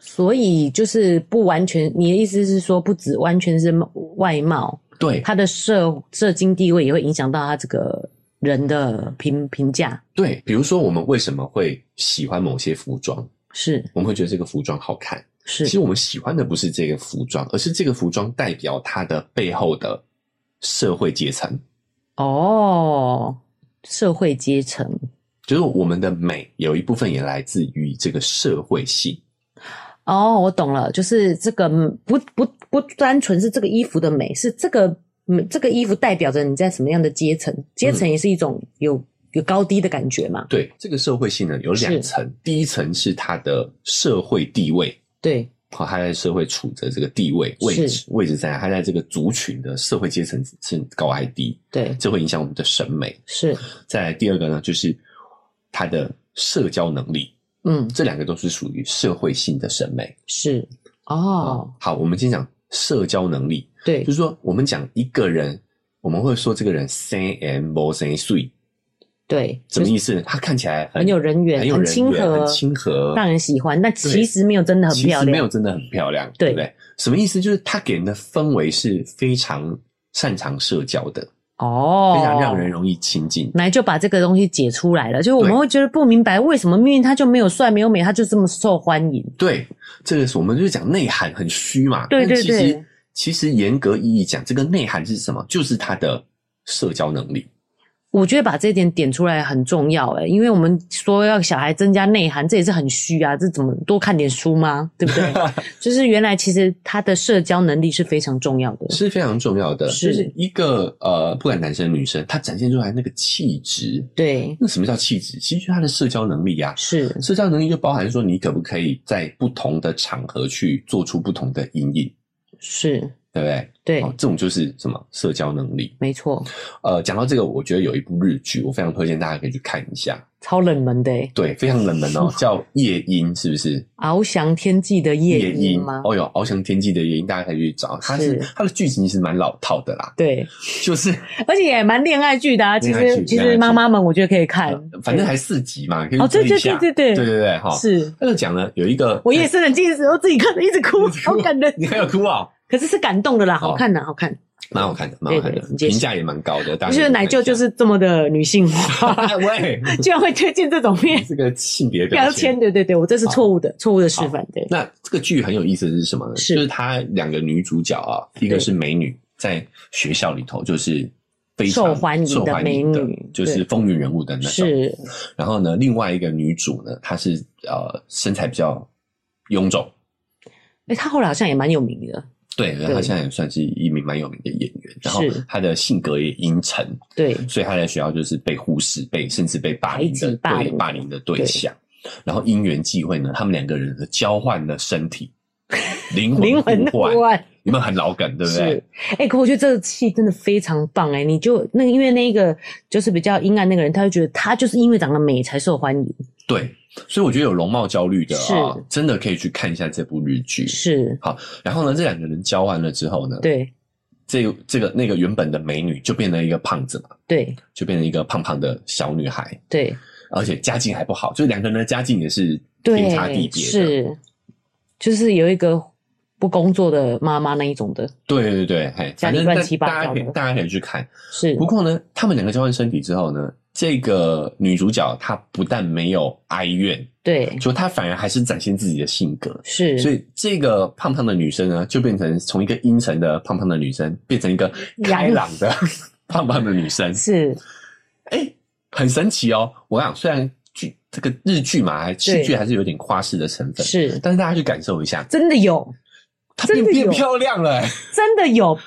[SPEAKER 2] 所以就是不完全，你的意思是说，不只完全是外貌，
[SPEAKER 1] 对
[SPEAKER 2] 他的社社经地位也会影响到他这个人的评评价，
[SPEAKER 1] 对，比如说我们为什么会喜欢某些服装，
[SPEAKER 2] 是
[SPEAKER 1] 我们会觉得这个服装好看。
[SPEAKER 2] 是
[SPEAKER 1] 其实我们喜欢的不是这个服装，而是这个服装代表它的背后的社会阶层，
[SPEAKER 2] 哦，社会阶层
[SPEAKER 1] 就是我们的美有一部分也来自于这个社会性。
[SPEAKER 2] 哦，我懂了，就是这个嗯不不不单纯是这个衣服的美，是这个嗯这个衣服代表着你在什么样的阶层，阶层也是一种有有高低的感觉嘛，
[SPEAKER 1] 对，这个社会性呢有两
[SPEAKER 2] 是
[SPEAKER 1] 层，第一层是它的社会地位，
[SPEAKER 2] 对，
[SPEAKER 1] 好，他在社会处的这个地位位置
[SPEAKER 2] 是
[SPEAKER 1] 位置在哪？他在这个族群的社会阶层是高还低，
[SPEAKER 2] 对，
[SPEAKER 1] 这会影响我们的审美。
[SPEAKER 2] 是，
[SPEAKER 1] 再来第二个呢，就是他的社交能力，
[SPEAKER 2] 嗯，
[SPEAKER 1] 这两个都是属于社会性的审美。
[SPEAKER 2] 是，哦，
[SPEAKER 1] 好，我们先讲社交能力，
[SPEAKER 2] 对
[SPEAKER 1] 就，是说我们讲一个人，我们会说这个人三 M 不三岁，
[SPEAKER 2] 对，
[SPEAKER 1] 什么
[SPEAKER 2] 就是
[SPEAKER 1] 意思？他看起来
[SPEAKER 2] 很有人缘，
[SPEAKER 1] 很有
[SPEAKER 2] 很
[SPEAKER 1] 人
[SPEAKER 2] 亲
[SPEAKER 1] 缘，
[SPEAKER 2] 和，
[SPEAKER 1] 很亲和，
[SPEAKER 2] 让人喜欢，但
[SPEAKER 1] 对
[SPEAKER 2] 其实没有真的很
[SPEAKER 1] 其
[SPEAKER 2] 漂
[SPEAKER 1] 实没有
[SPEAKER 2] 亮，
[SPEAKER 1] 真的很漂亮，
[SPEAKER 2] 对
[SPEAKER 1] 不对？什么意思？就是他给人的氛围是非常擅长社交的，
[SPEAKER 2] 哦，
[SPEAKER 1] 非常让人容易亲近。
[SPEAKER 2] 来就把这个东西解出来了，就是我
[SPEAKER 1] 对
[SPEAKER 2] 们会觉得不明白为什么命运他就没有帅没有美，他就这么受欢迎。
[SPEAKER 1] 对，这个是我们就是讲内涵很虚嘛，
[SPEAKER 2] 对
[SPEAKER 1] 但
[SPEAKER 2] 对
[SPEAKER 1] 其实
[SPEAKER 2] 对
[SPEAKER 1] 其实严格意义讲，这个内涵是什么？就是他的社交能力。
[SPEAKER 2] 我觉得把这一点点出来很重要诶、因为我们说要小孩增加内涵，这也是很虚啊，这怎么多看点书吗？对不 对？就是原来其实他的社交能力是非常重要的，
[SPEAKER 1] 是非常重要的，
[SPEAKER 2] 是
[SPEAKER 1] 就是一个呃，不管男生女生，他展现出来那个气质。
[SPEAKER 2] 对，
[SPEAKER 1] 那什么叫气质？其实就是他的社交能力呀、
[SPEAKER 2] 是
[SPEAKER 1] 社交能力就包含说，你可不可以在不同的场合去做出不同的阴影，
[SPEAKER 2] 是，
[SPEAKER 1] 对不对？
[SPEAKER 2] 对，
[SPEAKER 1] 哦，这种就是什么社交能力。
[SPEAKER 2] 没错，
[SPEAKER 1] 呃，讲到这个，我觉得有一部日剧，我非常推荐大家可以去看一下，
[SPEAKER 2] 超冷门的诶、
[SPEAKER 1] 对，非常冷门哦，叫《夜莺》，是不是？
[SPEAKER 2] 翱翔天际的夜莺吗？
[SPEAKER 1] 哦哟，翱翔天际的夜莺，大家可以去找。它是
[SPEAKER 2] 是
[SPEAKER 1] 它的剧情是蛮老套的啦，
[SPEAKER 2] 对，
[SPEAKER 1] 就是
[SPEAKER 2] 而且也蛮恋爱剧的啊。其
[SPEAKER 1] 恋爱剧
[SPEAKER 2] 实其
[SPEAKER 1] 恋爱
[SPEAKER 2] 实
[SPEAKER 1] 剧
[SPEAKER 2] 妈妈们我觉得可以看
[SPEAKER 1] 呃，反正还四集嘛，可以
[SPEAKER 2] 哦
[SPEAKER 1] 追
[SPEAKER 2] 对
[SPEAKER 1] 一下。
[SPEAKER 2] 对对对对
[SPEAKER 1] 对对对，哈。
[SPEAKER 2] 是
[SPEAKER 1] 他就讲了有一个，
[SPEAKER 2] 我夜深人静的时候自己看着一直哭，好感 人。
[SPEAKER 1] 你还有哭啊，
[SPEAKER 2] 可是是感动的啦，好看啊的，好看。
[SPEAKER 1] 蛮好看的，蛮好看的
[SPEAKER 2] 对对，你接
[SPEAKER 1] 评价也蛮高的。大
[SPEAKER 2] 我
[SPEAKER 1] 家
[SPEAKER 2] 觉得奶舅就是这么的女性 化，
[SPEAKER 1] 哎喂，
[SPEAKER 2] 居然会推荐这 种片
[SPEAKER 1] 这个性别
[SPEAKER 2] 标
[SPEAKER 1] 标
[SPEAKER 2] 签。对对对，我这是错误的，错误的示范。对，
[SPEAKER 1] 那这个剧很有意思的是什么呢？
[SPEAKER 2] 是
[SPEAKER 1] 就是它两个女主角啊，一个
[SPEAKER 2] 对
[SPEAKER 1] 是美女，在学校里头就是非常
[SPEAKER 2] 受欢迎的
[SPEAKER 1] 受欢迎的
[SPEAKER 2] 美女
[SPEAKER 1] 就是
[SPEAKER 2] 对
[SPEAKER 1] 风云人物的那种。
[SPEAKER 2] 是
[SPEAKER 1] 然后呢，另外一个女主呢，她是呃身材比较臃肿，
[SPEAKER 2] 哎，他后来好像也蛮有名的，
[SPEAKER 1] 对，然后她现在也算是一名蛮有名的演员。然后
[SPEAKER 2] 是
[SPEAKER 1] 她的性格也阴沉，
[SPEAKER 2] 对，
[SPEAKER 1] 所以她在学校就是被忽视、被甚至被霸凌
[SPEAKER 2] 排
[SPEAKER 1] 的
[SPEAKER 2] 挤霸
[SPEAKER 1] 对
[SPEAKER 2] 凌
[SPEAKER 1] 霸凌的对象。然后因缘际会呢，他们两个人呢交换了身体， 灵
[SPEAKER 2] 灵魂
[SPEAKER 1] 魂互换
[SPEAKER 2] 互，换
[SPEAKER 1] 你们很老梗，对不对
[SPEAKER 2] 是？，哎，可我觉得这个戏真的非常棒哎，你就那个因为那个就是比较阴暗那个人，他就觉得他就是因为长得美才受欢迎，
[SPEAKER 1] 对，所以我觉得有容貌焦虑的啊
[SPEAKER 2] 是，
[SPEAKER 1] 真的可以去看一下这部日剧。
[SPEAKER 2] 是
[SPEAKER 1] 然后呢，这两个人交换了之后呢，
[SPEAKER 2] 对
[SPEAKER 1] 这个这个那个原本的美女就变成一个胖子嘛，
[SPEAKER 2] 对
[SPEAKER 1] 就变成一个胖胖的小女孩。
[SPEAKER 2] 对，
[SPEAKER 1] 而且家境还不好，就是两个人的家境也是天差地别
[SPEAKER 2] 对，
[SPEAKER 1] 的。
[SPEAKER 2] 是，就是有一个不工作的妈妈那一种的，
[SPEAKER 1] 对对对，嘿，
[SPEAKER 2] 家
[SPEAKER 1] 反
[SPEAKER 2] 里
[SPEAKER 1] 正
[SPEAKER 2] 乱
[SPEAKER 1] 大
[SPEAKER 2] 七八
[SPEAKER 1] 大家
[SPEAKER 2] 糟
[SPEAKER 1] 可以
[SPEAKER 2] 的
[SPEAKER 1] 大家可以去看。
[SPEAKER 2] 是
[SPEAKER 1] 不过呢，他们两个交换身体之后呢，这个女主角她不但没有哀怨，
[SPEAKER 2] 对，
[SPEAKER 1] 就她反而还是展现自己的性格。
[SPEAKER 2] 是，
[SPEAKER 1] 所以这个胖胖的女生呢，就变成从一个阴沉的胖胖的女生，变成一个开朗的 胖胖的女生。
[SPEAKER 2] 是
[SPEAKER 1] 哎、很神奇哦！我想虽然剧这个日剧嘛，还戏剧还是有点夸饰的成分，
[SPEAKER 2] 是，
[SPEAKER 1] 但是大家去感受一下，
[SPEAKER 2] 真的有，
[SPEAKER 1] 她
[SPEAKER 2] 真
[SPEAKER 1] 变
[SPEAKER 2] 的有
[SPEAKER 1] 变漂亮了、哎
[SPEAKER 2] 真的有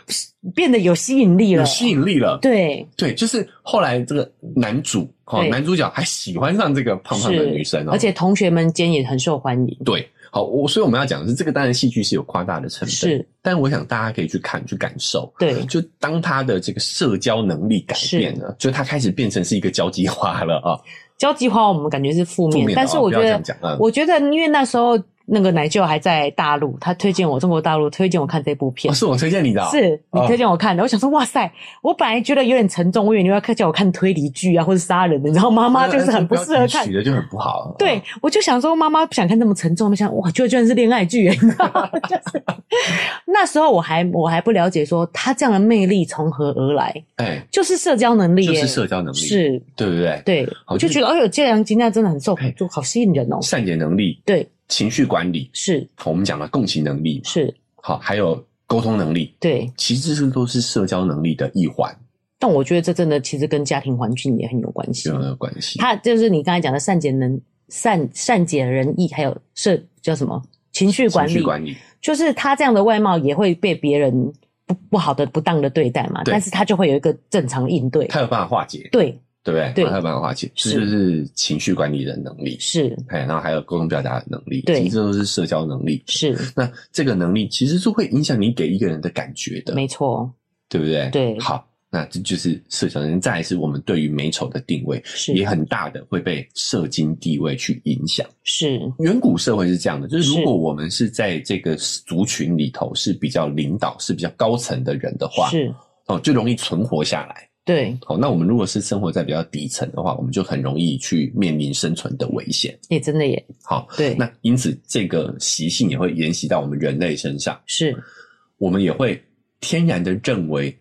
[SPEAKER 2] 变得有吸引力了，
[SPEAKER 1] 有吸引力了。
[SPEAKER 2] 对，
[SPEAKER 1] 对，就是后来这个男主哦，
[SPEAKER 2] 对
[SPEAKER 1] 男主角还喜欢上这个胖胖的
[SPEAKER 2] 是
[SPEAKER 1] 女生哦，
[SPEAKER 2] 而且同学们间也很受欢迎，
[SPEAKER 1] 对，好，我所以我们要讲的是，这个当然戏剧是有夸大的成分，
[SPEAKER 2] 是，
[SPEAKER 1] 但我想大家可以去看去感受。
[SPEAKER 2] 对，
[SPEAKER 1] 就当他的这个社交能力改变了，就他开始变成是一个交际花了啊，
[SPEAKER 2] 交际花我们感觉是负
[SPEAKER 1] 负
[SPEAKER 2] 面，
[SPEAKER 1] 面的
[SPEAKER 2] 但是我觉
[SPEAKER 1] 啊、不要这
[SPEAKER 2] 得
[SPEAKER 1] 样讲啊，
[SPEAKER 2] 我觉得因为那时候那个奶舅还在大陆，他推荐我中国大陆推荐我看这部片。
[SPEAKER 1] 哦是我推荐你的哦、
[SPEAKER 2] 是你
[SPEAKER 1] 哦
[SPEAKER 2] 推荐我看的，我想说，哇塞！我本来觉得有点沉重，我以为你要看叫我看推理剧啊，或者杀人的，你知道，妈妈就是很不适合看
[SPEAKER 1] 取。呃的就很不好。啊
[SPEAKER 2] 对，，我就想说，妈妈不想看那么沉重，我想哇，就居然是恋爱剧，你 知道吗就是那时候我还我还不了解说他这样的魅力从何而来，
[SPEAKER 1] 哎，
[SPEAKER 2] 就是社交能力
[SPEAKER 1] 就
[SPEAKER 2] 耶，
[SPEAKER 1] 是社交能力，
[SPEAKER 2] 是
[SPEAKER 1] 对不对？
[SPEAKER 2] 对，
[SPEAKER 1] 好
[SPEAKER 2] 我
[SPEAKER 1] 就
[SPEAKER 2] 就
[SPEAKER 1] 是
[SPEAKER 2] 觉得哎呦，这样金价真的很受
[SPEAKER 1] 哎，
[SPEAKER 2] 就好吸引人哦。
[SPEAKER 1] 善解能力、
[SPEAKER 2] 对，
[SPEAKER 1] 情绪管理，
[SPEAKER 2] 是
[SPEAKER 1] 好我们讲了共情能力，
[SPEAKER 2] 是，
[SPEAKER 1] 好，还有沟通能力，
[SPEAKER 2] 对。
[SPEAKER 1] 其实这都是社交能力的一环，
[SPEAKER 2] 但我觉得这真的其实跟家庭环境也很有关系
[SPEAKER 1] 有。没有关系？
[SPEAKER 2] 他就是你刚才讲的善解能善善解人意，还有社叫什么情绪管
[SPEAKER 1] 情
[SPEAKER 2] 理
[SPEAKER 1] 绪，管理，
[SPEAKER 2] 就是他这样的外貌也会被别人不不好的不当的对待嘛，
[SPEAKER 1] 对
[SPEAKER 2] 但是他就会有一个正常应对。
[SPEAKER 1] 他有办法化解，
[SPEAKER 2] 对，
[SPEAKER 1] 对不对？
[SPEAKER 2] 对
[SPEAKER 1] 他有办法化解，这
[SPEAKER 2] 是
[SPEAKER 1] 就是情绪管理的能力。
[SPEAKER 2] 是
[SPEAKER 1] 哎，然后还有沟通表达的能力，
[SPEAKER 2] 对
[SPEAKER 1] 其实这都是社交能力。
[SPEAKER 2] 是，
[SPEAKER 1] 那这个能力其实是会影响你给一个人的感觉的，
[SPEAKER 2] 没错，
[SPEAKER 1] 对不对？
[SPEAKER 2] 对
[SPEAKER 1] 好，那这就是社交能力。再来是我们对于美丑的定位，
[SPEAKER 2] 是
[SPEAKER 1] 也很大的会被社经地位去影响。
[SPEAKER 2] 是
[SPEAKER 1] 远古社会是这样的，就是
[SPEAKER 2] 是
[SPEAKER 1] 如果我们是在这个族群里头是比较领导、是比较高层的人的话，
[SPEAKER 2] 是，
[SPEAKER 1] 哦，就容易存活下来。
[SPEAKER 2] 对，
[SPEAKER 1] 哦，那我们如果是生活在比较底层的话，我们就很容易去面临生存的危险。
[SPEAKER 2] 也真的也
[SPEAKER 1] 好，
[SPEAKER 2] 对，
[SPEAKER 1] 那因此这个习性也会沿袭到我们人类身上，
[SPEAKER 2] 是
[SPEAKER 1] 我们也会天然的认为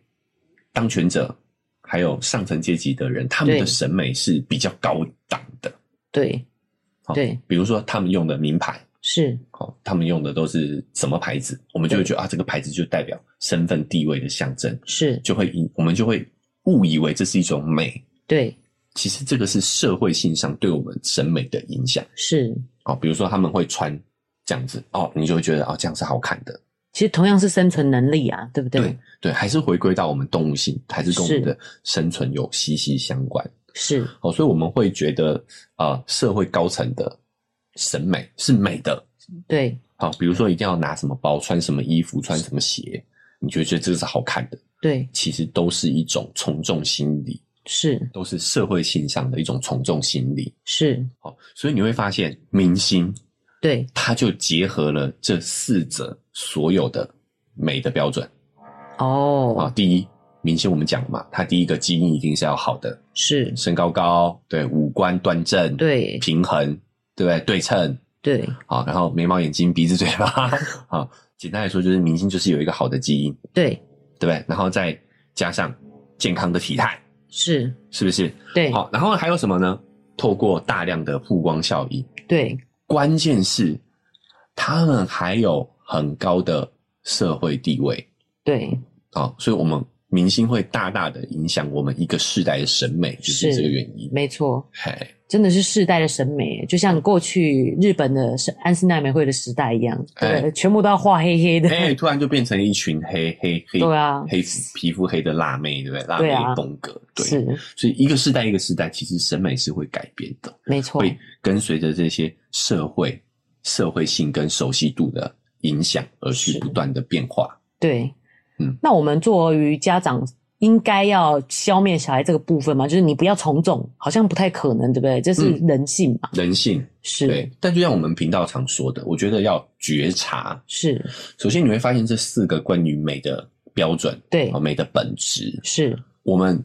[SPEAKER 1] 当权者还有上层阶级的人，他们
[SPEAKER 2] 对
[SPEAKER 1] 的审美是比较高档的。
[SPEAKER 2] 对
[SPEAKER 1] 好
[SPEAKER 2] 对
[SPEAKER 1] 比如说他们用的名牌，
[SPEAKER 2] 是
[SPEAKER 1] 哦，他们用的都是什么牌子，我们就会觉得啊，这个牌子就代表身份地位的象征，
[SPEAKER 2] 是，
[SPEAKER 1] 就会以我们就会误以为这是一种美。
[SPEAKER 2] 对
[SPEAKER 1] 其实这个是社会性上对我们审美的影响
[SPEAKER 2] 是。
[SPEAKER 1] 哦，比如说他们会穿这样子哦，你就会觉得哦这样是好看的，
[SPEAKER 2] 其实同样是生存能力啊，对不对？
[SPEAKER 1] 对对，还是回归到我们动物性，还是跟我们
[SPEAKER 2] 是
[SPEAKER 1] 的生存有息息相关
[SPEAKER 2] 是
[SPEAKER 1] 哦，所以我们会觉得啊、呃社会高层的审美是美的，
[SPEAKER 2] 对
[SPEAKER 1] 好、比如说一定要拿什么包、穿什么衣服、穿什么鞋，你就会觉得这个是好看的，
[SPEAKER 2] 对
[SPEAKER 1] 其实都是一种从众心理，
[SPEAKER 2] 是
[SPEAKER 1] 都是社会性上的一种从众心理。
[SPEAKER 2] 是，
[SPEAKER 1] 哦，所以你会发现，明星
[SPEAKER 2] 对
[SPEAKER 1] 他就结合了这四者所有的美的标准啊、
[SPEAKER 2] 哦，
[SPEAKER 1] 第一，明星我们讲了嘛，他第一个基因一定是要好的，
[SPEAKER 2] 是，
[SPEAKER 1] 身高高，对，五官端正，，
[SPEAKER 2] 对
[SPEAKER 1] 平衡，对不对？对称，
[SPEAKER 2] 对
[SPEAKER 1] 好、然后眉毛、眼睛、鼻子、嘴巴， 啊、简单来说就是明星就是有一个好的基因，
[SPEAKER 2] 对
[SPEAKER 1] 对不对？然后再加上健康的体态，
[SPEAKER 2] 是，
[SPEAKER 1] 是不是？
[SPEAKER 2] 对
[SPEAKER 1] 好、然后还有什么呢？透过大量的曝光效应，
[SPEAKER 2] 对
[SPEAKER 1] 关键是他们还有很高的社会地位
[SPEAKER 2] 对
[SPEAKER 1] 啊、哦所以我们明星会大大的影响我们一个世代的审美，就是
[SPEAKER 2] 是
[SPEAKER 1] 这个原因。
[SPEAKER 2] 没错，
[SPEAKER 1] 嘿，
[SPEAKER 2] 真的是世代的审美，就像过去日本的是安室奈美惠的时代一样，
[SPEAKER 1] 哎
[SPEAKER 2] 对，全部都要画黑黑的，
[SPEAKER 1] 哎、突然就变成一群黑黑黑，
[SPEAKER 2] 对啊
[SPEAKER 1] 黑皮肤黑的辣妹，对不对？辣
[SPEAKER 2] 对啊
[SPEAKER 1] 妹风格，对，
[SPEAKER 2] 是
[SPEAKER 1] 所以一个世代一个世代，其实审美是会改变的，
[SPEAKER 2] 没错，
[SPEAKER 1] 会跟随着这些社会社会性跟熟悉度的影响而去
[SPEAKER 2] 是
[SPEAKER 1] 不断的变化。
[SPEAKER 2] 对，
[SPEAKER 1] 嗯
[SPEAKER 2] 那我们作为家长。应该要消灭小孩这个部分嘛，就是你不要从众，好像不太可能，对不对？这是
[SPEAKER 1] 嗯
[SPEAKER 2] 人性嘛，
[SPEAKER 1] 人性
[SPEAKER 2] 是
[SPEAKER 1] 对，但就像我们频道常说的，我觉得要觉察。
[SPEAKER 2] 是，
[SPEAKER 1] 首先，你会发现这四个关于美的标准，
[SPEAKER 2] 对
[SPEAKER 1] 哦，美的本质，
[SPEAKER 2] 是
[SPEAKER 1] 我们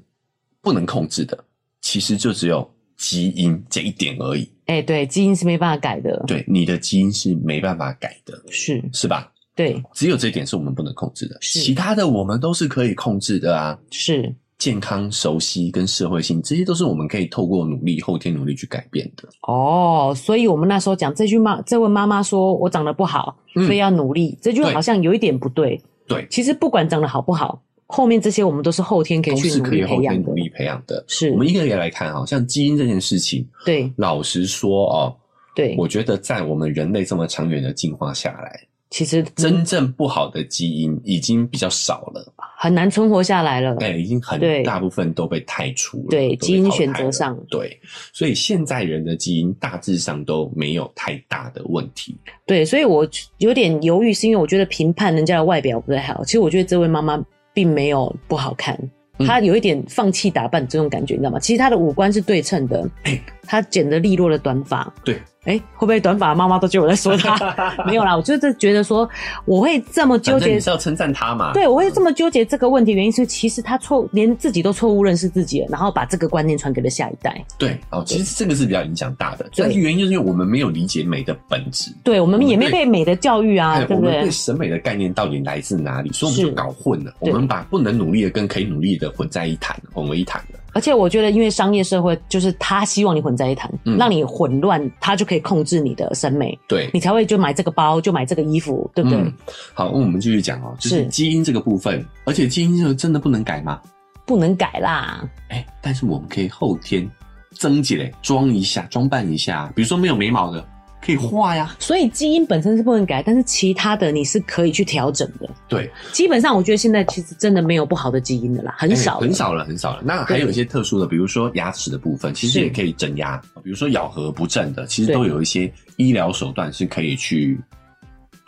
[SPEAKER 1] 不能控制的，其实就只有基因这一点而已。
[SPEAKER 2] 哎、对，基因是没办法改的，
[SPEAKER 1] 对，你的基因是没办法改的，
[SPEAKER 2] 是，
[SPEAKER 1] 是吧？
[SPEAKER 2] 对，
[SPEAKER 1] 只有这一点是我们不能控制的，
[SPEAKER 2] 是
[SPEAKER 1] 其他的我们都是可以控制的啊。
[SPEAKER 2] 是，
[SPEAKER 1] 健康、熟悉跟社会性，这些都是我们可以透过努力、后天努力去改变的。
[SPEAKER 2] 哦，所以我们那时候讲这句妈，这位妈妈说我长得不好，
[SPEAKER 1] 嗯
[SPEAKER 2] 所以要努力，这句话
[SPEAKER 1] 对
[SPEAKER 2] 好像有一点不对。
[SPEAKER 1] 对
[SPEAKER 2] 其实不管长得好不好，后面这些我们都是后天可以
[SPEAKER 1] 都
[SPEAKER 2] 去
[SPEAKER 1] 是
[SPEAKER 2] 努
[SPEAKER 1] 可以
[SPEAKER 2] 力
[SPEAKER 1] 后
[SPEAKER 2] 培
[SPEAKER 1] 天
[SPEAKER 2] 养
[SPEAKER 1] 努
[SPEAKER 2] 的。
[SPEAKER 1] 力培养的。
[SPEAKER 2] 是
[SPEAKER 1] 我，们一个一个来看啊，像基因这件事情，
[SPEAKER 2] 对
[SPEAKER 1] 老实说哦，
[SPEAKER 2] 对，
[SPEAKER 1] 我觉得在我们人类这么长远的进化下来，
[SPEAKER 2] 其实
[SPEAKER 1] 真正不好的基因已经比较少了，
[SPEAKER 2] 很难存活下来了。
[SPEAKER 1] 哎，已经很
[SPEAKER 2] 对
[SPEAKER 1] 大部分都被汰除了，
[SPEAKER 2] 对
[SPEAKER 1] 都被
[SPEAKER 2] 基因
[SPEAKER 1] 淘汰
[SPEAKER 2] 选择
[SPEAKER 1] 了
[SPEAKER 2] 上
[SPEAKER 1] 对，所以现在人的基因大致上都没有太大的问题。
[SPEAKER 2] 对，所以我有点犹豫，是因为我觉得评判人家的外表不太好。其实我觉得这位妈妈并没有不好看，
[SPEAKER 1] 嗯
[SPEAKER 2] 她有一点放弃打扮这种感觉，你知道吗？其实她的五官是对称的，她剪的利落的短发。
[SPEAKER 1] 哎对，
[SPEAKER 2] 哎，会不会短发的妈妈都觉得我在说 她？没有啦，我就是觉得说我会这么纠
[SPEAKER 1] 反正
[SPEAKER 2] 结
[SPEAKER 1] 你是。要称赞他嘛？嗯
[SPEAKER 2] 对，我会这
[SPEAKER 1] 么
[SPEAKER 2] 么纠结这个问题，原因是其实她错，连自己都错误认识自己了，然后把这个观念传给了下一代。
[SPEAKER 1] 对哦。其实这个是比较影响大的，
[SPEAKER 2] 对
[SPEAKER 1] 但是原因就是因为我们没有理解美的本质。
[SPEAKER 2] 对我
[SPEAKER 1] 我
[SPEAKER 2] 们
[SPEAKER 1] 们
[SPEAKER 2] 也
[SPEAKER 1] 嗯
[SPEAKER 2] 没
[SPEAKER 1] 对
[SPEAKER 2] 被美的教育啊，
[SPEAKER 1] 哎，
[SPEAKER 2] 对
[SPEAKER 1] 我
[SPEAKER 2] 不
[SPEAKER 1] 们
[SPEAKER 2] 对
[SPEAKER 1] 对？审美的概念到底来自哪里？所以我们
[SPEAKER 2] 是
[SPEAKER 1] 就搞混了，我
[SPEAKER 2] 对
[SPEAKER 1] 们把不能努力的跟可以努力的混在一谈，混为一谈了。
[SPEAKER 2] 而且我觉得，因为商业社会就是他希望你混在一谈，
[SPEAKER 1] 嗯
[SPEAKER 2] 让你混乱，他就可以控制你的审美，
[SPEAKER 1] 对，
[SPEAKER 2] 你才会就买这个包，就买这个衣服，对不对？
[SPEAKER 1] 嗯好，那我们继续讲哦，就是
[SPEAKER 2] 是
[SPEAKER 1] 基因这个部分，而且基因这个真的不能改吗？
[SPEAKER 2] 不能改啦，
[SPEAKER 1] 哎，但是我们可以后天增几嘞，装一下，装扮一下，比如说没有眉毛的，可以画呀。
[SPEAKER 2] 所以基因本身是不能改，但是其他的你是可以去调整的。
[SPEAKER 1] 对，
[SPEAKER 2] 基本上，我觉得现在其实真的没有不好的基因的啦，很
[SPEAKER 1] 哎
[SPEAKER 2] 少、
[SPEAKER 1] 很。少了，很少了。那还有一些特殊的，比如说牙齿的部分，其实
[SPEAKER 2] 是
[SPEAKER 1] 也可以整牙，比如说咬合不正的，其实
[SPEAKER 2] 对
[SPEAKER 1] 都有一些医疗手段是可以去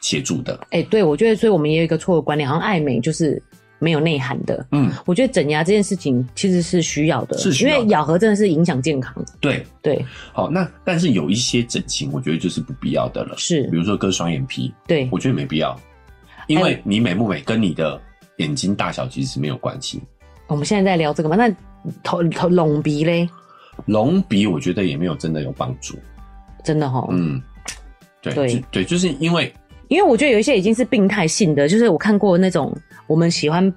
[SPEAKER 1] 协助的。
[SPEAKER 2] 哎、对，我觉得，所以我们也有一个错误观念，好像爱美就是没有内涵的。
[SPEAKER 1] 嗯，
[SPEAKER 2] 我觉得整牙这件事情其实是需要的，
[SPEAKER 1] 是需要的
[SPEAKER 2] 因为咬合真的是影响健康。
[SPEAKER 1] 对，
[SPEAKER 2] 对，
[SPEAKER 1] 好，那但是有一些整形，我觉得就是不必要的了，
[SPEAKER 2] 是
[SPEAKER 1] 比，如说割双眼皮，
[SPEAKER 2] 对，
[SPEAKER 1] 我觉得没必要，因
[SPEAKER 2] 还
[SPEAKER 1] 为你美不美跟你的眼睛大小其实没有关系。
[SPEAKER 2] 我们现在在聊这个嘛，那头头隆鼻嘞，
[SPEAKER 1] 隆鼻我觉得也没有真的有帮助，
[SPEAKER 2] 真的哈、
[SPEAKER 1] 嗯，对
[SPEAKER 2] 哦对
[SPEAKER 1] 就对，就是因为
[SPEAKER 2] 因为我觉得有一些已经是病态性的，就是我看过那种我们喜欢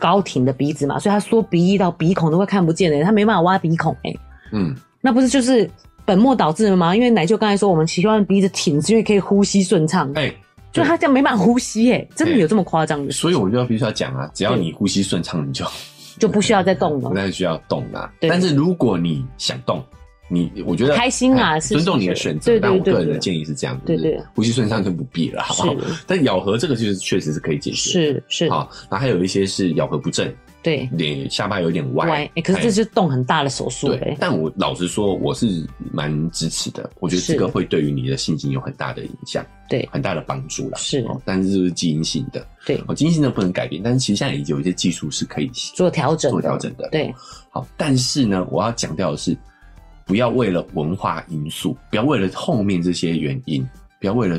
[SPEAKER 2] 高挺的鼻子嘛，所以他缩鼻翼到鼻孔都会看不见的、他没办法挖鼻孔哎、
[SPEAKER 1] 嗯，
[SPEAKER 2] 那不是就是本末倒置了吗？因为奶就刚才说，我们喜欢鼻子挺是因为可以呼吸顺畅，
[SPEAKER 1] 哎、
[SPEAKER 2] 就他这样没办法呼吸哎、真的有这么夸张的，
[SPEAKER 1] 所以我就要必须要讲啊，只要你呼吸顺畅，你就
[SPEAKER 2] 就不需要再动了
[SPEAKER 1] 不。太需要动啦、
[SPEAKER 2] 对
[SPEAKER 1] 但是如果你想动，你我觉得
[SPEAKER 2] 开心啊
[SPEAKER 1] 哎
[SPEAKER 2] 是
[SPEAKER 1] 尊重你的
[SPEAKER 2] 是
[SPEAKER 1] 选择。
[SPEAKER 2] 对对
[SPEAKER 1] 但我
[SPEAKER 2] 对
[SPEAKER 1] 个人
[SPEAKER 2] 对
[SPEAKER 1] 的建议是这样，
[SPEAKER 2] 对
[SPEAKER 1] 就是
[SPEAKER 2] 对
[SPEAKER 1] 呼吸顺畅就不必了，好不好？
[SPEAKER 2] 是
[SPEAKER 1] 但咬合这个就是确实是可以解决的。
[SPEAKER 2] 是是，
[SPEAKER 1] 好，然后还有一些是咬合不正，
[SPEAKER 2] 对，
[SPEAKER 1] 脸下巴有点歪。
[SPEAKER 2] 歪、哎，可是
[SPEAKER 1] 哎
[SPEAKER 2] 这是动很大的手术哎、
[SPEAKER 1] 对，但我老实说，我是蛮支持的。我觉得这
[SPEAKER 2] 是
[SPEAKER 1] 个会对于你的信心有很大的影响，
[SPEAKER 2] 对
[SPEAKER 1] 很大的帮助啦。
[SPEAKER 2] 是
[SPEAKER 1] 哦，但是这是基因性的，
[SPEAKER 2] 对，
[SPEAKER 1] 哦，基因性的不能改变，但是其实现在已经有一些技术是可以
[SPEAKER 2] 做调整的
[SPEAKER 1] 做调整的。
[SPEAKER 2] 对，
[SPEAKER 1] 好，但是呢，我要强调的是，不要为了文化因素，不要为了后面这些原因，不要为了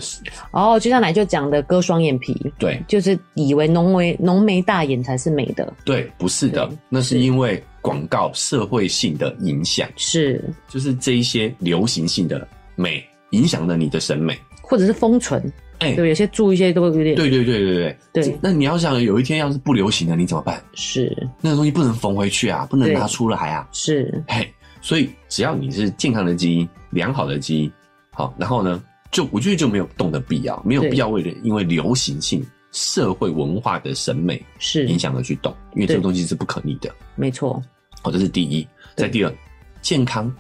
[SPEAKER 2] 哦，就像奶就讲的割双眼皮，
[SPEAKER 1] 对
[SPEAKER 2] 就是以为浓眉浓眉大眼才是美的，
[SPEAKER 1] 对，不是的
[SPEAKER 2] 对，
[SPEAKER 1] 那是
[SPEAKER 2] 是
[SPEAKER 1] 因为广告社会性的影响，
[SPEAKER 2] 是
[SPEAKER 1] 就是这一些流行性的美影响了你的审美。
[SPEAKER 2] 或者是丰唇，
[SPEAKER 1] 哎、
[SPEAKER 2] 对，有些注一些都会有点
[SPEAKER 1] 对对对对对
[SPEAKER 2] 对
[SPEAKER 1] 那你要想，有一天要是不流行了，你怎么办？
[SPEAKER 2] 是
[SPEAKER 1] 那个东西不能缝回去啊，不能
[SPEAKER 2] 对
[SPEAKER 1] 拿出来啊。
[SPEAKER 2] 是
[SPEAKER 1] 嘿，所以只要你是健康的基因、良好的基因，好，然后呢，就我觉得就没有动的必要，没有
[SPEAKER 2] 对
[SPEAKER 1] 必要为了因为流行性、社会文化的审美
[SPEAKER 2] 是
[SPEAKER 1] 影响而去动，因为这
[SPEAKER 2] 对
[SPEAKER 1] 个东西是不可逆的。
[SPEAKER 2] 没错，
[SPEAKER 1] 好，这是第一。再
[SPEAKER 2] 对
[SPEAKER 1] 第二，健康，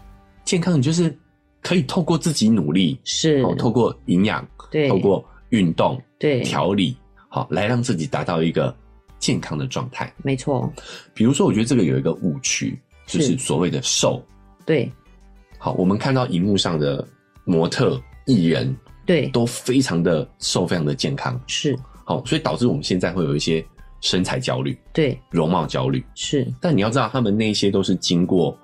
[SPEAKER 1] 健康你就是可以透过自己努力，
[SPEAKER 2] 是
[SPEAKER 1] 哦，透过营养，
[SPEAKER 2] 对
[SPEAKER 1] 透过运动，
[SPEAKER 2] 对
[SPEAKER 1] 调理，好，来让自己达到一个健康的状态。
[SPEAKER 2] 没错，
[SPEAKER 1] 比如说，我觉得这个有一个误区，就是
[SPEAKER 2] 是
[SPEAKER 1] 所谓的瘦。
[SPEAKER 2] 对
[SPEAKER 1] 好，我们看到荧幕上的模特、艺人
[SPEAKER 2] 对
[SPEAKER 1] 都非常的瘦，非常的健康。
[SPEAKER 2] 是，
[SPEAKER 1] 好，所以导致我们现在会有一些身材焦虑、
[SPEAKER 2] 对
[SPEAKER 1] 容貌焦虑。
[SPEAKER 2] 是，
[SPEAKER 1] 但你要知道，他们那些都是经过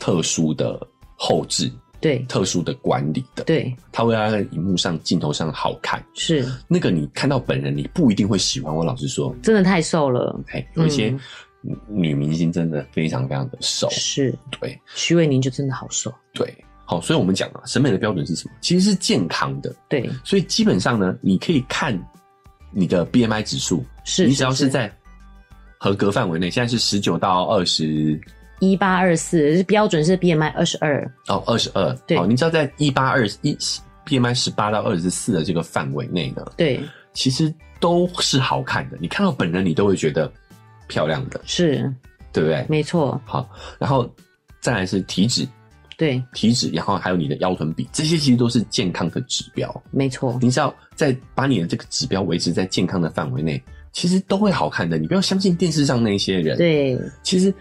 [SPEAKER 1] 特殊的后置、
[SPEAKER 2] 对
[SPEAKER 1] 特殊的管理的。
[SPEAKER 2] 对
[SPEAKER 1] 他会让他在荧幕上、镜头上好看。
[SPEAKER 2] 是，
[SPEAKER 1] 那个你看到本人，你不一定会喜欢。我老实说，
[SPEAKER 2] 真的太瘦了，
[SPEAKER 1] 哎，有一些
[SPEAKER 2] 嗯
[SPEAKER 1] 女明星真的非常非常的瘦，
[SPEAKER 2] 是
[SPEAKER 1] 对
[SPEAKER 2] 徐伟宁就真的好瘦，
[SPEAKER 1] 对。好，所以我们讲啊，审美的标准是什么？其实是健康的，
[SPEAKER 2] 对，
[SPEAKER 1] 所以基本上呢，你可以看你的 BMI 指数，
[SPEAKER 2] 是
[SPEAKER 1] 你只要是在合格范围内，现在是十九到二十
[SPEAKER 2] 一八二四，标准是 BMI 二十二，
[SPEAKER 1] 哦二十二，
[SPEAKER 2] 对
[SPEAKER 1] 好，你只要在一八二一 BMI 十八到二十四的这个范围内呢，
[SPEAKER 2] 对，
[SPEAKER 1] 其实都是好看的。你看到本人，你都会觉得漂亮的，
[SPEAKER 2] 是
[SPEAKER 1] 对不对？
[SPEAKER 2] 没错，
[SPEAKER 1] 好，然后再来是体脂，
[SPEAKER 2] 对，
[SPEAKER 1] 体脂，然后还有你的腰臀比，这些其实都是健康的指标。
[SPEAKER 2] 没错，
[SPEAKER 1] 你只要在把你的这个指标维持在健康的范围内，其实都会好看的。你不要相信电视上那一些人，，
[SPEAKER 2] 对，
[SPEAKER 1] 其实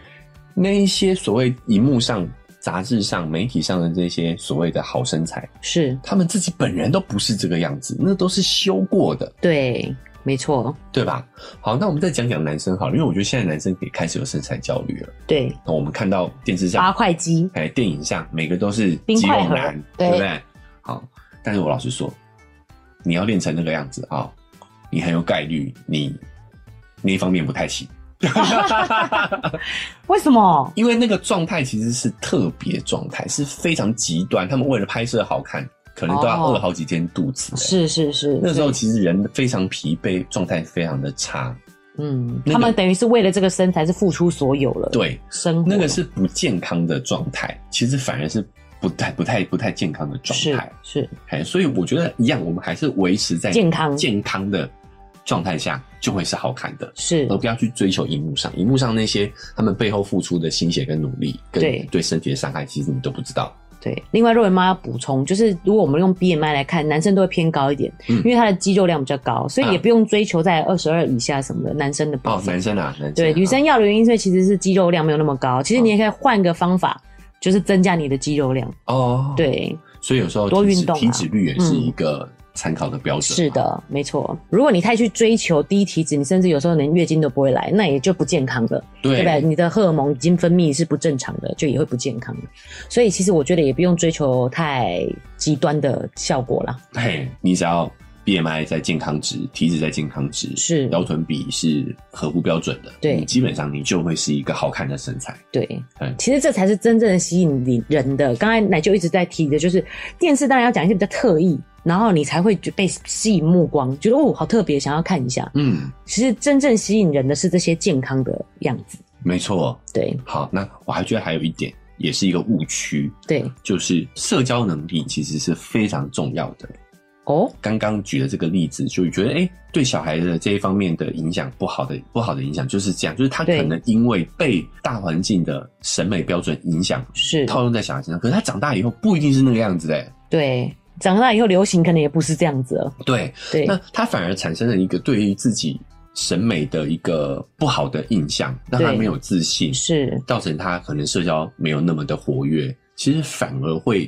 [SPEAKER 1] 那一些所谓荧幕上、杂志上、媒体上的这些所谓的好身材，
[SPEAKER 2] 是，
[SPEAKER 1] 他们自己本人都不是这个样子，那都是修过的，
[SPEAKER 2] 对，没错，
[SPEAKER 1] 对吧？好，那我们再讲讲男生好了，因为我觉得现在男生也开始有身材焦虑了。
[SPEAKER 2] 对，
[SPEAKER 1] 那我们看到电视
[SPEAKER 2] 八
[SPEAKER 1] 上、
[SPEAKER 2] 块肌，
[SPEAKER 1] 哎电影上，每个都是
[SPEAKER 2] 冰
[SPEAKER 1] 肌
[SPEAKER 2] 块
[SPEAKER 1] 肉
[SPEAKER 2] 盒
[SPEAKER 1] 男，
[SPEAKER 2] 对
[SPEAKER 1] 对不对？好，但是我老实说，你要练成那个样子啊、你很有概率你那一方面不太行。
[SPEAKER 2] 为什么？
[SPEAKER 1] 因为那个状态其实是特别状态，是非常极端。他们为了拍摄好看，可能都要
[SPEAKER 2] 哦
[SPEAKER 1] 饿好几天肚子、欸
[SPEAKER 2] 是是是，
[SPEAKER 1] 那时候
[SPEAKER 2] 对
[SPEAKER 1] 其实人非常疲惫，状态非常的差。
[SPEAKER 2] 嗯，
[SPEAKER 1] 那个
[SPEAKER 2] 他们等于是为了这个身材是付出所有了，，
[SPEAKER 1] 对，
[SPEAKER 2] 生活
[SPEAKER 1] 那个是不健康的状态，其实反而是不太、不太、不太健康的状
[SPEAKER 2] 是
[SPEAKER 1] 态。
[SPEAKER 2] 是
[SPEAKER 1] 哎，所以我觉得一样，我们还是维持在
[SPEAKER 2] 健康
[SPEAKER 1] 健康的状态下，就会是好看的。
[SPEAKER 2] 是
[SPEAKER 1] 而，不要去追求荧幕上，荧幕上那些他们背后付出的心血跟努力，跟
[SPEAKER 2] 对
[SPEAKER 1] 对身体的伤害，其实你都不知道。
[SPEAKER 2] 对。另外，若文妈要补充，就是如果我们用 BMI 来看，男生都会偏高一点，
[SPEAKER 1] 嗯
[SPEAKER 2] 因为他的肌肉量比较高，所以
[SPEAKER 1] 啊
[SPEAKER 2] 也不用追求在二十二以下什么的，男生的部
[SPEAKER 1] 哦，
[SPEAKER 2] 分。
[SPEAKER 1] 男生啊，男生啊、
[SPEAKER 2] 对，女生要的原因，所以其实是肌肉量没有那么高。其实你也可以换个方法，就是增加你的肌肉量。
[SPEAKER 1] 哦，，
[SPEAKER 2] 对，
[SPEAKER 1] 所以有时候
[SPEAKER 2] 多
[SPEAKER 1] 体脂
[SPEAKER 2] 运动啊
[SPEAKER 1] 体脂率也是一个参考的标准。啊
[SPEAKER 2] 是，的，没错。如果你太去追求低体脂，你甚至有时候连月经都不会来，那也就不健康了，对吧？
[SPEAKER 1] 对，
[SPEAKER 2] 你的荷尔蒙已经分泌是不正常的，就也会不健康的。所以其实我觉得也不用追求太极端的效果啦。
[SPEAKER 1] 嘿，你只要 BMI 在健康值，体脂在健康值，
[SPEAKER 2] 是
[SPEAKER 1] 腰臀比是合乎标准的，
[SPEAKER 2] 对
[SPEAKER 1] 你基本上你就会是一个好看的身材。
[SPEAKER 2] 对
[SPEAKER 1] 对，
[SPEAKER 2] 其实这才是真正的吸引你人的。刚才奶就一直在提的，就是电视当然要讲一些比较特意，然后你才会就被吸引目光，觉得哦好特别，想要看一下。
[SPEAKER 1] 嗯，
[SPEAKER 2] 其实真正吸引人的是这些健康的样子。
[SPEAKER 1] 没错。
[SPEAKER 2] 对
[SPEAKER 1] 好，那我还觉得还有一点，也是一个误区，
[SPEAKER 2] 对
[SPEAKER 1] 就是社交能力其实是非常重要的。
[SPEAKER 2] 哦，
[SPEAKER 1] 刚刚举的这个例子，就觉得哎、诶对小孩的这一方面的影响不好的不好的影响就是这样，就是他可
[SPEAKER 2] 对
[SPEAKER 1] 能因为被大环境的审美标准影响，
[SPEAKER 2] 是
[SPEAKER 1] 套用在小孩身上，可是他长大以后不一定是那个样子的、欸诶
[SPEAKER 2] 对，长大以后流行可能也不是这样子了。
[SPEAKER 1] 对，
[SPEAKER 2] 对
[SPEAKER 1] 那他反而产生了一个对于自己审美的一个不好的印象，让他
[SPEAKER 2] 对
[SPEAKER 1] 没有自信，
[SPEAKER 2] 是，
[SPEAKER 1] 造成他可能社交没有那么的活跃，其实反而会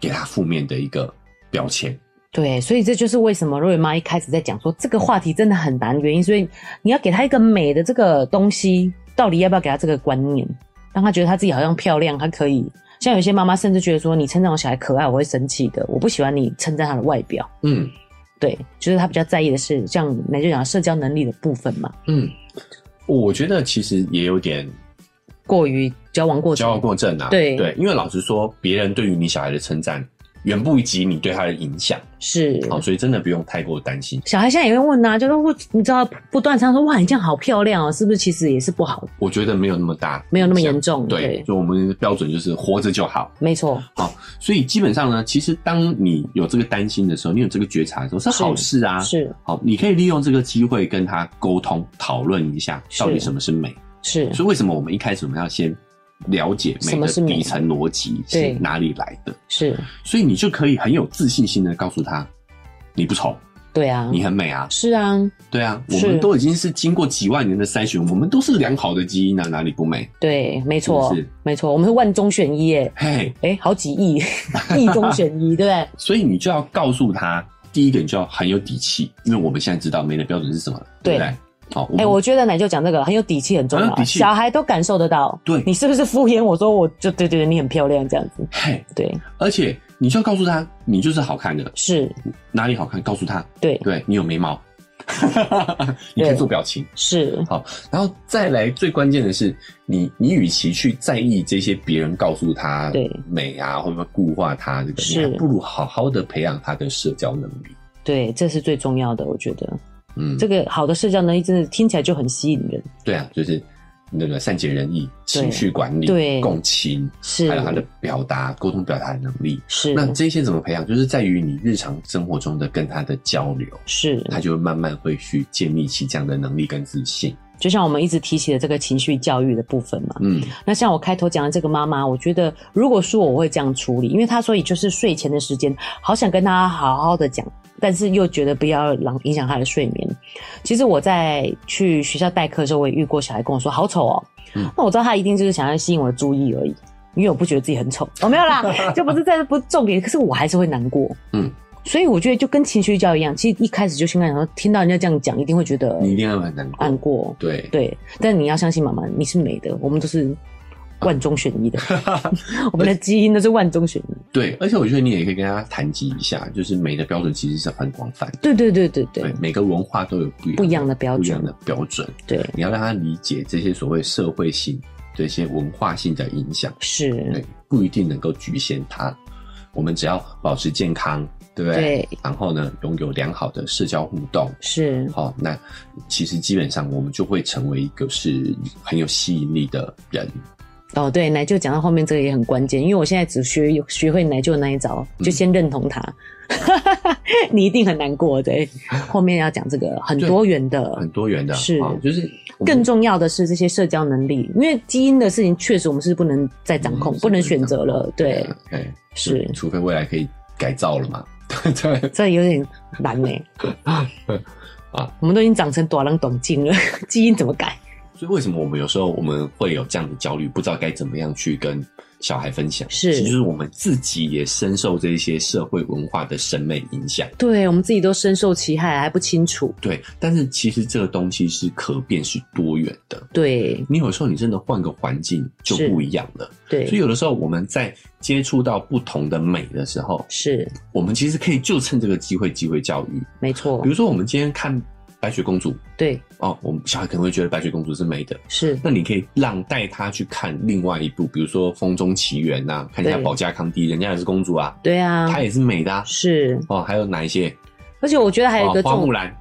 [SPEAKER 1] 给他负面的一个标签。
[SPEAKER 2] 对，所以这就是为什么瑞妈一开始在讲说这个话题真的很难，原因所以你要给她一个美的这个东西，到底要不要给她这个观念，让她觉得她自己好像漂亮，她可以。像有些妈妈甚至觉得说，你称赞我小孩可爱，我会生气的，我不喜欢你称赞他的外表。
[SPEAKER 1] 嗯
[SPEAKER 2] 对，就是她比较在意的是像奶就讲的社交能力的部分嘛，
[SPEAKER 1] 嗯，我觉得其实也有点
[SPEAKER 2] 过于交往过
[SPEAKER 1] 骄傲
[SPEAKER 2] 程。
[SPEAKER 1] 过正啊。
[SPEAKER 2] 对
[SPEAKER 1] 对，因为老实说，别人对于你小孩的称赞远不及你对他的影响，
[SPEAKER 2] 是，
[SPEAKER 1] 好、所以真的不用太过担心。
[SPEAKER 2] 小孩现在也会问呐、就是我你知道不断常说哇，你这样好漂亮哦，是不是？其实也是不好的，
[SPEAKER 1] 我觉得没有那么大，
[SPEAKER 2] 没有那么严。重。
[SPEAKER 1] 啊对，就我们的标准就是活着就好。
[SPEAKER 2] 没错，
[SPEAKER 1] 所以基本上呢，其实当你有这个担心的时候，你有这个觉察的时候是好事啊。
[SPEAKER 2] 是
[SPEAKER 1] 好，你可以利用这个机会跟他沟通讨论一下，
[SPEAKER 2] 是
[SPEAKER 1] 到底什么是美。
[SPEAKER 2] 是
[SPEAKER 1] 所以为什么我们一开始我们要先了解美
[SPEAKER 2] 什么
[SPEAKER 1] 的
[SPEAKER 2] 是美
[SPEAKER 1] 底层逻辑是
[SPEAKER 2] 对
[SPEAKER 1] 哪里来的？
[SPEAKER 2] 是，
[SPEAKER 1] 所以你就可以很有自信心的告诉他，你不丑，
[SPEAKER 2] 对啊，
[SPEAKER 1] 你很美啊，
[SPEAKER 2] 是啊，
[SPEAKER 1] 对啊，我
[SPEAKER 2] 是
[SPEAKER 1] 们都已经是经过几万年的筛选，我们都是良好的基因啊，哪里不美？
[SPEAKER 2] 对，没
[SPEAKER 1] 是
[SPEAKER 2] 错
[SPEAKER 1] 不是，
[SPEAKER 2] 没错，我们是万中选一耶，
[SPEAKER 1] 嘿，
[SPEAKER 2] 哎，好 几亿，亿中选一，对不对？
[SPEAKER 1] 所以你就要告诉他，第一个你就要很有底气，因为我们现在知道美的标准是什么了，对不
[SPEAKER 2] 对
[SPEAKER 1] 对？好，我
[SPEAKER 2] 哎，
[SPEAKER 1] 们
[SPEAKER 2] 我觉得奶就讲这个很有底气，很重要
[SPEAKER 1] 很有
[SPEAKER 2] 啊，
[SPEAKER 1] 底气
[SPEAKER 2] 小孩都感受得到。
[SPEAKER 1] 对
[SPEAKER 2] 你是不是敷衍我说我就对对对，你很漂亮这样子？
[SPEAKER 1] 嘿，
[SPEAKER 2] 对，
[SPEAKER 1] 而且你就要告诉他，你就是好看的，
[SPEAKER 2] 是，
[SPEAKER 1] 哪里好看，告诉他，
[SPEAKER 2] 对，
[SPEAKER 1] 对你有眉毛，你可以做表情。
[SPEAKER 2] 是
[SPEAKER 1] 然后再来最关键的是，你你与其去在意这些别人告诉他
[SPEAKER 2] 对
[SPEAKER 1] 美啊，会不会固化他这个，你
[SPEAKER 2] 是
[SPEAKER 1] 还不如好好的培养他的社交能力。
[SPEAKER 2] 对，这是最重要的，我觉得
[SPEAKER 1] 嗯，
[SPEAKER 2] 这个好的社交能力真的听起来就很吸引人。
[SPEAKER 1] 对啊，就是那个善解人意、情绪管理、
[SPEAKER 2] 对
[SPEAKER 1] 共情，
[SPEAKER 2] 是
[SPEAKER 1] 还有他的表达、沟通表达的能力。
[SPEAKER 2] 是
[SPEAKER 1] 那这些怎么培养？就是在于你日常生活中的跟他的交流，
[SPEAKER 2] 是，
[SPEAKER 1] 他就会慢慢会去建立起这样的能力跟自信。
[SPEAKER 2] 就像我们一直提起的这个情绪教育的部分嘛。
[SPEAKER 1] 嗯，
[SPEAKER 2] 那像我开头讲的这个妈妈，我觉得如果说我会这样处理，因为她所以就是睡前的时间，好想跟她好好的讲，但是又觉得不要让影响她的睡眠。其实我在去学校代课的时候，我也遇过小孩跟我说好丑哦，
[SPEAKER 1] 嗯
[SPEAKER 2] 那我知道他一定就是想要吸引我的注意而已。因为我不觉得自己很丑，我、没 有啦，就不是在不是重点，可是我还是会难过，
[SPEAKER 1] 嗯，
[SPEAKER 2] 所以我觉得就跟情绪教育一样，其实一开始就先跟他讲，听到人家这样讲，一定会觉得
[SPEAKER 1] 你一定会很难
[SPEAKER 2] 难
[SPEAKER 1] 过。
[SPEAKER 2] 过，
[SPEAKER 1] 对，
[SPEAKER 2] 对，但你要相信妈妈，你是美的，我们都是万中选 一的，我们的基因都是万中选一。
[SPEAKER 1] 对，而且我觉得你也可以跟他谈及一下，就是美的标准其实是很广泛的，
[SPEAKER 2] 对对对对对，
[SPEAKER 1] 对，每个文化都有不一样
[SPEAKER 2] 不一样的标
[SPEAKER 1] 不一样
[SPEAKER 2] 准
[SPEAKER 1] 的，标准，
[SPEAKER 2] 对，
[SPEAKER 1] 你要让他理解这些所谓社会性、这些文化性的影响，
[SPEAKER 2] 是
[SPEAKER 1] 对，，不一定能够局限他。我们只要保持健康，对不对？
[SPEAKER 2] 对
[SPEAKER 1] 然后呢，拥有良好的社交互动，
[SPEAKER 2] 是，
[SPEAKER 1] 好、那其实基本上我们就会成为一个是很有吸引力的人。
[SPEAKER 2] 哦，对，奶舅讲到后面这个也很关键，因为我现在只学学会奶舅那一招，就先认同他， 你一定很难过， 对，后面要讲这个很
[SPEAKER 1] 对
[SPEAKER 2] 多元的，
[SPEAKER 1] 很多元的，
[SPEAKER 2] 是
[SPEAKER 1] 啊就是我们
[SPEAKER 2] 更重要的是这些社交能力，因为基因的事情确实我们是不能再掌控，
[SPEAKER 1] 嗯
[SPEAKER 2] 不能选择了，对，
[SPEAKER 1] 啊对，
[SPEAKER 2] 是，
[SPEAKER 1] 除非未来可以改造了嘛， 对对
[SPEAKER 2] 这有点难 呢、
[SPEAKER 1] 啊，
[SPEAKER 2] 我们都已经长成短郎短进了， 基因怎么改？
[SPEAKER 1] 所以为什么我们有时候我们会有这样的焦虑，不知道该怎么样去跟小孩分享？
[SPEAKER 2] 是
[SPEAKER 1] 其实就是我们自己也深受这些社会文化的审美影响。
[SPEAKER 2] 对我们自己都深受其害，还不清楚。
[SPEAKER 1] 对，但是其实这个东西是可变、是多元的。
[SPEAKER 2] 对
[SPEAKER 1] 你有时候你真的换个环境就是不一样了。所以
[SPEAKER 2] 对，
[SPEAKER 1] 有的时候我们在接触到不同的美的时候，
[SPEAKER 2] 是
[SPEAKER 1] 我们其实可以就趁这个机会机会教育。
[SPEAKER 2] 没错
[SPEAKER 1] 比。如说我们今天看《白雪公主》
[SPEAKER 2] 对，
[SPEAKER 1] 哦，我们小孩可能会觉得《白雪公主》是美的，
[SPEAKER 2] 是
[SPEAKER 1] 那你可以让带他去看另外一部，比如说《风中奇缘》呐，看一下
[SPEAKER 2] 对
[SPEAKER 1] 保加康帝，人家也是公主啊，
[SPEAKER 2] 对啊，
[SPEAKER 1] 她也是美的、啊。
[SPEAKER 2] 是。
[SPEAKER 1] 哦，还有哪一些？
[SPEAKER 2] 而且我觉得还有一个
[SPEAKER 1] 哦、花木
[SPEAKER 2] 重、
[SPEAKER 1] 兰，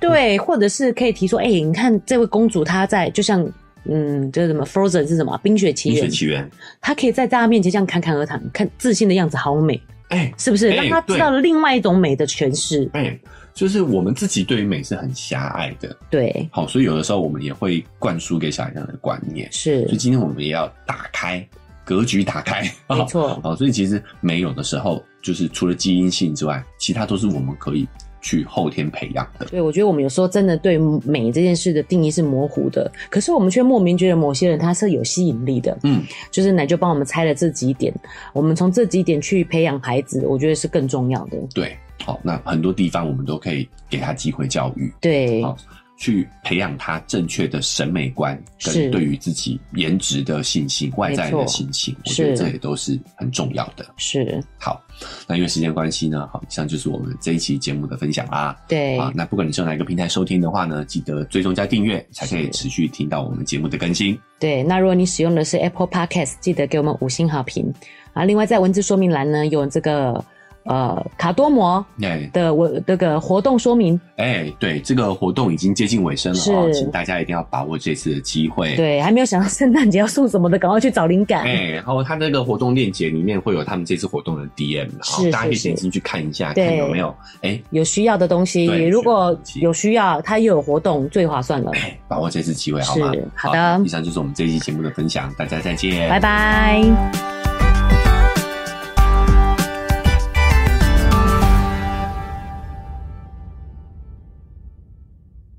[SPEAKER 2] 对，或者是可以提出，哎、你看这位公主她在，就像嗯，这是什么 Frozen 是什么《冰雪奇
[SPEAKER 1] 冰雪
[SPEAKER 2] 缘》，
[SPEAKER 1] 奇缘。
[SPEAKER 2] 她可以在大家面前这样侃侃而谈，看自信的样子好美，
[SPEAKER 1] 哎、
[SPEAKER 2] 是不是？
[SPEAKER 1] 哎
[SPEAKER 2] 让她知道了另外一种美的诠释。
[SPEAKER 1] 哎、就是我们自己对于美是很狭隘的。
[SPEAKER 2] 对，
[SPEAKER 1] 好，所以有的时候我们也会灌输给小孩这样的观念。
[SPEAKER 2] 是
[SPEAKER 1] 所以今天我们也要打开格局，打开。
[SPEAKER 2] 没错，
[SPEAKER 1] 好，所以其实没有的时候，就是除了基因性之外，其他都是我们可以去后天培养的。
[SPEAKER 2] 对，我觉得我们有时候真的对美这件事的定义是模糊的，可是我们却莫名觉得某些人他是有吸引力的。
[SPEAKER 1] 嗯，
[SPEAKER 2] 就是奶就帮我们猜了这几点，我们从这几点去培养孩子，我觉得是更重要的。
[SPEAKER 1] 对，好，那很多地方我们都可以给他机会教育，
[SPEAKER 2] 对，
[SPEAKER 1] 好，去培养他正确的审美观
[SPEAKER 2] 是
[SPEAKER 1] 跟对于自己颜值的信心、外在
[SPEAKER 2] 没
[SPEAKER 1] 的
[SPEAKER 2] 错
[SPEAKER 1] 信心，我
[SPEAKER 2] 是
[SPEAKER 1] 觉得这也都是很重要的。
[SPEAKER 2] 是，
[SPEAKER 1] 好，那因为时间关系呢，好，以上就是我们这一期节目的分享啦。
[SPEAKER 2] 对，
[SPEAKER 1] 啊，那不管你是用哪一个平台收听的话呢，记得追踪加订阅，才可以
[SPEAKER 2] 是
[SPEAKER 1] 持续听到我们节目的更新。
[SPEAKER 2] 对。那如果你使用的是 Apple Podcast，记得给我们五星好评啊。另外，在文字说明栏呢，有这个呃卡多摩
[SPEAKER 1] 哎
[SPEAKER 2] 的我这个活动说明，
[SPEAKER 1] 哎，对，这个活动已经接近尾声了啊、
[SPEAKER 2] 是
[SPEAKER 1] 请大家一定要把握这次的机会。。
[SPEAKER 2] 对，还没有想到圣诞节要送什么的，赶快去找灵感。
[SPEAKER 1] 哎、然后他那个活动链接里面会有他们这次活动的 DM，然后
[SPEAKER 2] 是
[SPEAKER 1] 大家可以
[SPEAKER 2] 是
[SPEAKER 1] 点进去看一下，看
[SPEAKER 2] 对
[SPEAKER 1] 有没有哎、
[SPEAKER 2] 有需要的东西，
[SPEAKER 1] 对
[SPEAKER 2] 如
[SPEAKER 1] 需
[SPEAKER 2] 果
[SPEAKER 1] 要的东西哎
[SPEAKER 2] 有需要，它又有活动，最划算了。
[SPEAKER 1] 把握这次机会好吗
[SPEAKER 2] 是？好的
[SPEAKER 1] 以上就是我们这一期节目的分享，大家再见，
[SPEAKER 2] 拜拜。